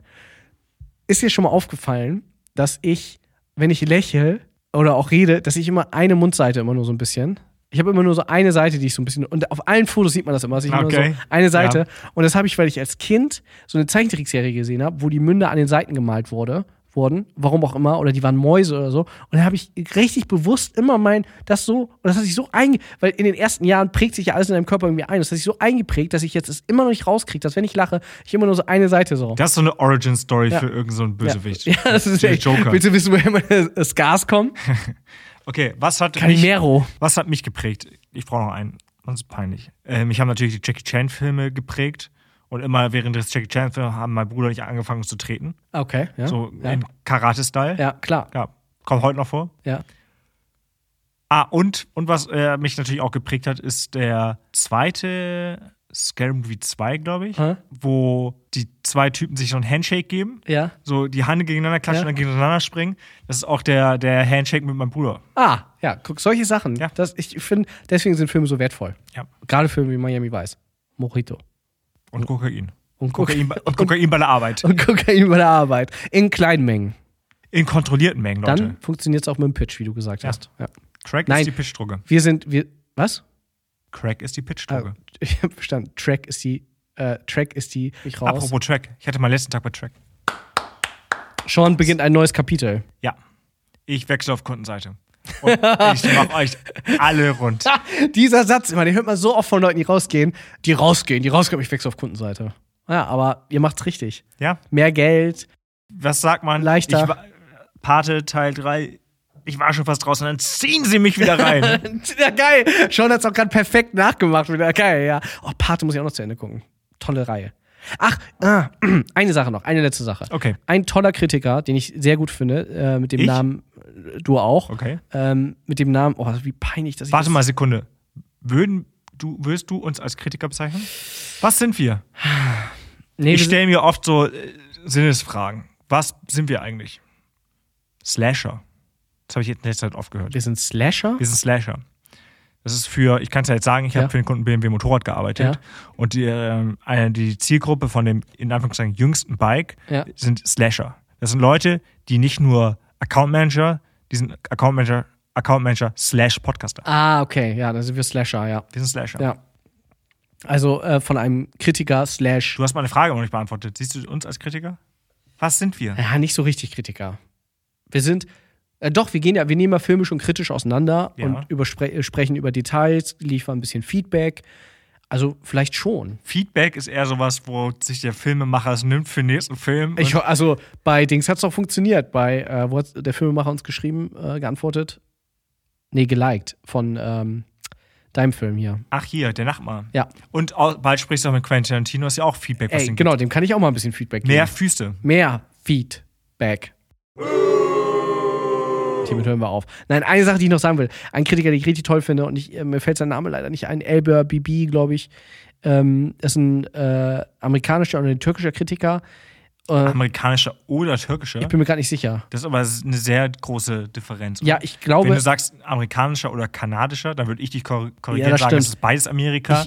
Speaker 2: Ist dir schon mal aufgefallen, dass ich, wenn ich lächle oder auch rede, dass ich immer eine Mundseite immer nur so ein bisschen. Ich habe immer nur so eine Seite, die ich so ein bisschen. Und auf allen Fotos sieht man das immer, dass ich immer
Speaker 1: Okay.
Speaker 2: so eine Seite.
Speaker 1: Ja.
Speaker 2: Und das habe ich, weil ich als Kind so eine Zeichentrickserie gesehen habe, wo die Münde an den Seiten gemalt wurde, wurden, warum auch immer, oder die waren Mäuse oder so. Und dann habe ich richtig bewusst immer mein, das so, und das hat sich so einge, weil in den ersten Jahren prägt sich ja alles in deinem Körper irgendwie ein. Das hat sich so eingeprägt, dass ich jetzt es immer noch nicht rauskriege, dass wenn ich lache, ich immer nur so eine Seite so.
Speaker 1: Das ist so eine Origin-Story für irgendeinen so einen Bösewicht.
Speaker 2: Ja, das ist
Speaker 1: Der
Speaker 2: echt.
Speaker 1: Joker.
Speaker 2: Willst du wissen, woher meine Scars kommen?
Speaker 1: Okay, was hat mich,
Speaker 2: Calimero.
Speaker 1: was hat mich geprägt? Ich brauche noch einen, sonst ist peinlich. Äh, mich haben natürlich die Jackie Chan-Filme geprägt. Und immer während des Jackie Chan-Films haben mein Bruder und ich angefangen zu treten.
Speaker 2: Okay, ja.
Speaker 1: So
Speaker 2: ja.
Speaker 1: in Karate-Style.
Speaker 2: ja, klar.
Speaker 1: ja. Kommt heute noch vor.
Speaker 2: Ja.
Speaker 1: Ah, und, und was äh, mich natürlich auch geprägt hat, ist der zweite Scary Movie 2, glaube ich,
Speaker 2: Hä?
Speaker 1: wo die zwei Typen sich so einen Handshake geben.
Speaker 2: Ja.
Speaker 1: So die Hände gegeneinander klatschen
Speaker 2: Ja.
Speaker 1: und dann gegeneinander springen. Das ist auch der, der Handshake mit meinem Bruder.
Speaker 2: Ah, ja, guck, solche Sachen.
Speaker 1: Ja.
Speaker 2: Das, ich finde, deswegen sind Filme so wertvoll.
Speaker 1: Ja.
Speaker 2: Gerade Filme wie Miami Vice. Mojito.
Speaker 1: Und Kokain.
Speaker 2: Und
Speaker 1: Kokain, bei- und Kokain bei der Arbeit.
Speaker 2: und Kokain bei der Arbeit. In kleinen Mengen.
Speaker 1: In kontrollierten Mengen, Leute.
Speaker 2: Dann funktioniert es auch mit dem Pitch, wie du gesagt hast. Ja.
Speaker 1: Crack
Speaker 2: Nein.
Speaker 1: ist die Pitchdroge.
Speaker 2: Wir sind, wir, was?
Speaker 1: Crack ist die Pitchdroge.
Speaker 2: Ah, ich habe verstanden. Track ist die, äh, Track ist die, ich raus.
Speaker 1: Apropos Track. Ich hatte meinen letzten Tag bei Track.
Speaker 2: Sean beginnt ein neues Kapitel.
Speaker 1: Ja. Ich wechsle auf Kundenseite. Und ich mach euch alle rund.
Speaker 2: Dieser Satz immer, den hört man so oft von Leuten, die rausgehen. Die rausgehen, die rausgehen, ich wechsle auf Kundenseite. Ja, aber ihr macht's richtig.
Speaker 1: Ja.
Speaker 2: Mehr Geld.
Speaker 1: Was sagt man?
Speaker 2: Leichter.
Speaker 1: Ich war, Pate Teil 3. Ich war schon fast draußen, dann ziehen sie mich wieder rein.
Speaker 2: Ja, geil. Sean hat's auch gerade perfekt nachgemacht. Wieder geil, ja. Oh, Pate muss ich auch noch zu Ende gucken. Tolle Reihe. Ach, ah, eine Sache noch, eine letzte Sache.
Speaker 1: Okay.
Speaker 2: Ein toller Kritiker, den ich sehr gut finde, äh, mit dem
Speaker 1: Ich?
Speaker 2: Namen, äh, du auch.
Speaker 1: Okay.
Speaker 2: Ähm, mit dem Namen, oh, wie peinlich, dass ich.
Speaker 1: Warte
Speaker 2: das-
Speaker 1: mal eine Sekunde. Würden du, würdest du uns als Kritiker bezeichnen? Was sind wir?
Speaker 2: Nee,
Speaker 1: Ich
Speaker 2: wir sind-
Speaker 1: stelle mir oft so äh, Sinnesfragen. Was sind wir eigentlich? Slasher. Das habe ich jetzt in letzter Zeit oft gehört.
Speaker 2: wir sind Slasher.
Speaker 1: Wir sind Slasher. Das ist für, ich kann es ja jetzt sagen, ich
Speaker 2: Ja.
Speaker 1: habe für den Kunden BMW Motorrad gearbeitet.
Speaker 2: Ja.
Speaker 1: Und die, ähm, eine, die Zielgruppe von dem in Anführungszeichen jüngsten Bike
Speaker 2: Ja.
Speaker 1: sind Slasher. Das sind Leute, die nicht nur Account Manager, die sind Account Manager, Account Manager slash Podcaster.
Speaker 2: Ah, okay, ja, dann sind wir Slasher, ja.
Speaker 1: Wir sind Slasher.
Speaker 2: Ja. Also äh, von einem Kritiker slash.
Speaker 1: Du hast meine Frage noch nicht beantwortet. Siehst du uns als Kritiker? Was sind wir?
Speaker 2: Ja, äh, nicht so richtig Kritiker. Wir sind. Äh, doch, wir gehen ja, wir nehmen ja filmisch und kritisch auseinander
Speaker 1: Ja.
Speaker 2: und überspre äh, sprechen über Details, liefern ein bisschen Feedback. Also vielleicht schon.
Speaker 1: Feedback ist eher sowas, wo sich der Filmemacher es nimmt für den nächsten Film.
Speaker 2: Ich,
Speaker 1: und
Speaker 2: ho- also bei Dings hat es doch funktioniert. Bei, äh, wo hat der Filmemacher uns geschrieben, äh, geantwortet? Nee, geliked von ähm, deinem Film hier.
Speaker 1: ach hier, der Nachbar.
Speaker 2: Ja.
Speaker 1: Und au- bald sprichst du auch mit Quentin Tarantino, ist ja auch Feedback, was
Speaker 2: Ey,
Speaker 1: den
Speaker 2: genau, dem kann ich auch mal ein bisschen Feedback
Speaker 1: gibt.
Speaker 2: geben.
Speaker 1: Mehr Füße.
Speaker 2: Mehr Feedback. Hiermit hören wir auf. Nein, eine Sache, die ich noch sagen will. Ein Kritiker, den ich richtig toll finde und ich, äh, mir fällt sein Name leider nicht ein, Elber Bibi, glaube ich, ähm, ist ein äh, amerikanischer oder ein türkischer Kritiker.
Speaker 1: amerikanischer oder türkischer.
Speaker 2: Ah. Ich bin mir gerade nicht sicher.
Speaker 1: Das ist aber eine sehr große Differenz.
Speaker 2: Ja, ich glaube-
Speaker 1: Wenn du sagst amerikanischer oder kanadischer, dann würde ich dich korri- korrigieren
Speaker 2: Ja,
Speaker 1: und
Speaker 2: das
Speaker 1: sagen,
Speaker 2: stimmt.
Speaker 1: es ist beides Amerika.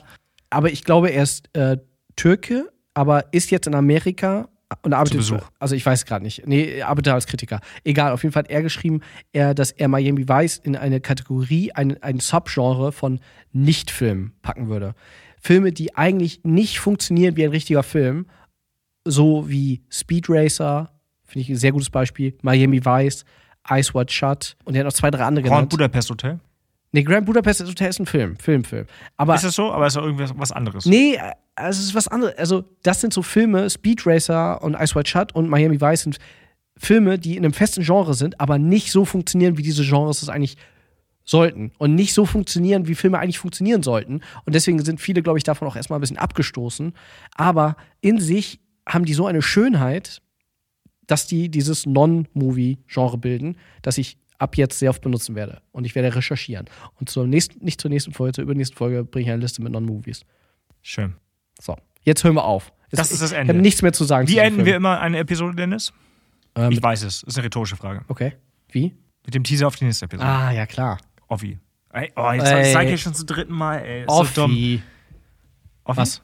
Speaker 2: Aber ich glaube, er ist äh, Türke, aber ist jetzt in Amerika und arbeitet.
Speaker 1: Zu Besuch.
Speaker 2: Also ich weiß gerade nicht. Nee, er arbeitet als Kritiker. Egal, auf jeden Fall hat er geschrieben, er, dass er Miami Vice in eine Kategorie, ein, ein Subgenre von Nicht-Filmen packen würde. Filme, die eigentlich nicht funktionieren wie ein richtiger Film, so wie Speed Racer, finde ich ein sehr gutes Beispiel, Miami Vice, Ice Watch Shut und er hat noch zwei, drei andere
Speaker 1: Grand
Speaker 2: genannt.
Speaker 1: Budapest Hotel.
Speaker 2: nee, Grand Budapest Hotel ist ein Film, Film, Film. Aber
Speaker 1: Ist das so? Aber ist doch irgendwas was anderes.
Speaker 2: Nee, also es ist was anderes. Also, das sind so Filme, Speed Racer und Ice White Shut und Miami Vice sind Filme, die in einem festen Genre sind, aber nicht so funktionieren, wie diese Genres es eigentlich sollten. Und nicht so funktionieren, wie Filme eigentlich funktionieren sollten. Und deswegen sind viele, glaube ich, davon auch erstmal ein bisschen abgestoßen. Aber in sich haben die so eine Schönheit, dass die dieses Non-Movie-Genre bilden, dass ich ab jetzt sehr oft benutzen werde. Und ich werde recherchieren. Und zur nächsten, nicht zur nächsten Folge, zur übernächsten Folge bringe ich eine Liste mit Non-Movies.
Speaker 1: Schön.
Speaker 2: So, jetzt hören wir auf. Jetzt,
Speaker 1: Das ist das
Speaker 2: Ich
Speaker 1: Ende.
Speaker 2: habe nichts mehr zu sagen.
Speaker 1: Wie
Speaker 2: zu dem
Speaker 1: enden wir
Speaker 2: Film.
Speaker 1: immer eine Episode, Dennis?
Speaker 2: Ähm,
Speaker 1: ich weiß es. Ist eine rhetorische Frage.
Speaker 2: Okay. Wie?
Speaker 1: Mit dem Teaser auf die nächste Episode.
Speaker 2: Ah, ja, klar.
Speaker 1: Offi. Ey, oh, jetzt
Speaker 2: Ey.
Speaker 1: ich sag ich schon zum dritten Mal, ey. Ist So dumm.
Speaker 2: Offi.
Speaker 1: Offi?
Speaker 2: Was?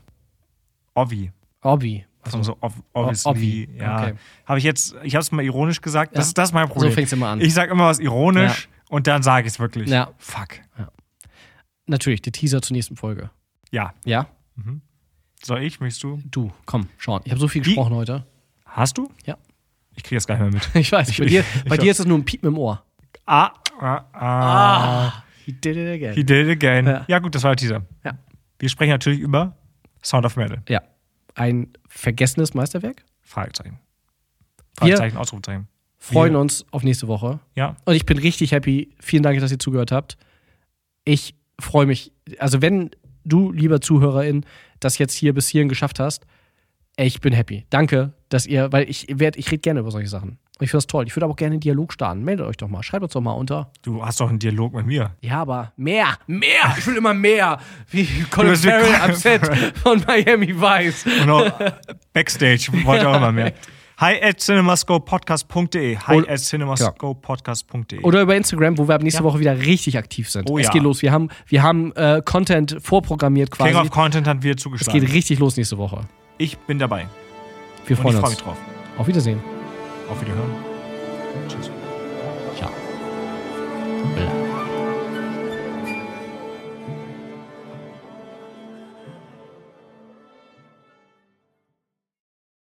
Speaker 1: Offi.
Speaker 2: Obby.
Speaker 1: Also, so ob- obviously,
Speaker 2: Obvi,
Speaker 1: ja.
Speaker 2: okay.
Speaker 1: Habe ich jetzt, ich habe es mal ironisch gesagt. Das,
Speaker 2: Ja.
Speaker 1: ist, das ist mein Problem.
Speaker 2: fängt's immer an.
Speaker 1: Ich sage immer was ironisch und dann sage ich es wirklich.
Speaker 2: Ja.
Speaker 1: Fuck.
Speaker 2: Natürlich, der Teaser zur nächsten Folge.
Speaker 1: Ja.
Speaker 2: Ja?
Speaker 1: Soll ich? Möchtest du?
Speaker 2: Du, komm, Sean. Ich habe so viel gesprochen heute.
Speaker 1: Hast du?
Speaker 2: Ja.
Speaker 1: Ich kriege das gar nicht mehr mit.
Speaker 2: Ich weiß, bei, dir,
Speaker 1: ich-
Speaker 2: bei
Speaker 1: ich-
Speaker 2: dir ist es nur ein Piep mit dem Ohr.
Speaker 1: Ah, ah, ah.
Speaker 2: He did it
Speaker 1: He
Speaker 2: again.
Speaker 1: did it again.
Speaker 2: Ja.
Speaker 1: Ja, gut, das war der Teaser.
Speaker 2: Ja.
Speaker 1: Wir sprechen natürlich über Sound of Metal.
Speaker 2: ja. Ein vergessenes Meisterwerk.
Speaker 1: Fragezeichen. Fragezeichen, Ausrufezeichen.
Speaker 2: Freuen uns auf nächste Woche.
Speaker 1: Ja.
Speaker 2: Und ich bin richtig happy. Vielen Dank, dass ihr zugehört habt. Ich freue mich. Also, wenn du, lieber Zuhörerin, das jetzt hier bis hierhin geschafft hast, ey, ich bin happy. Danke, dass ihr, weil ich werd, ich rede gerne über solche Sachen. Und ich finde das toll. Ich würde aber auch gerne einen Dialog starten. Meldet euch doch mal. Schreibt uns doch mal unter.
Speaker 1: Du hast doch einen Dialog mit mir.
Speaker 2: Ja, aber mehr, mehr. Ich will immer mehr. Wie Colin
Speaker 1: bist wie
Speaker 2: Farrell
Speaker 1: Colin
Speaker 2: upset von Miami Vice.
Speaker 1: Und auch Genau. Backstage wollte auch immer mehr. Hi at cinemascopepodcast.de. Hi
Speaker 2: Oder-
Speaker 1: at cinemascopepodcast.de.
Speaker 2: Oder über Instagram, wo wir ab nächste Woche wieder richtig aktiv sind.
Speaker 1: Oh
Speaker 2: es
Speaker 1: ja.
Speaker 2: geht los. Wir haben, wir haben äh, Content vorprogrammiert
Speaker 1: King
Speaker 2: quasi.
Speaker 1: of Content hat wieder
Speaker 2: Es geht
Speaker 1: zugeschlagen.
Speaker 2: richtig los nächste Woche.
Speaker 1: Ich bin dabei.
Speaker 2: Wir
Speaker 1: Und ich
Speaker 2: freuen
Speaker 1: freue
Speaker 2: uns.
Speaker 1: mich drauf.
Speaker 2: Auf Wiedersehen.
Speaker 1: Auf Wiederhören. Tschüss.
Speaker 2: Ciao. Bla.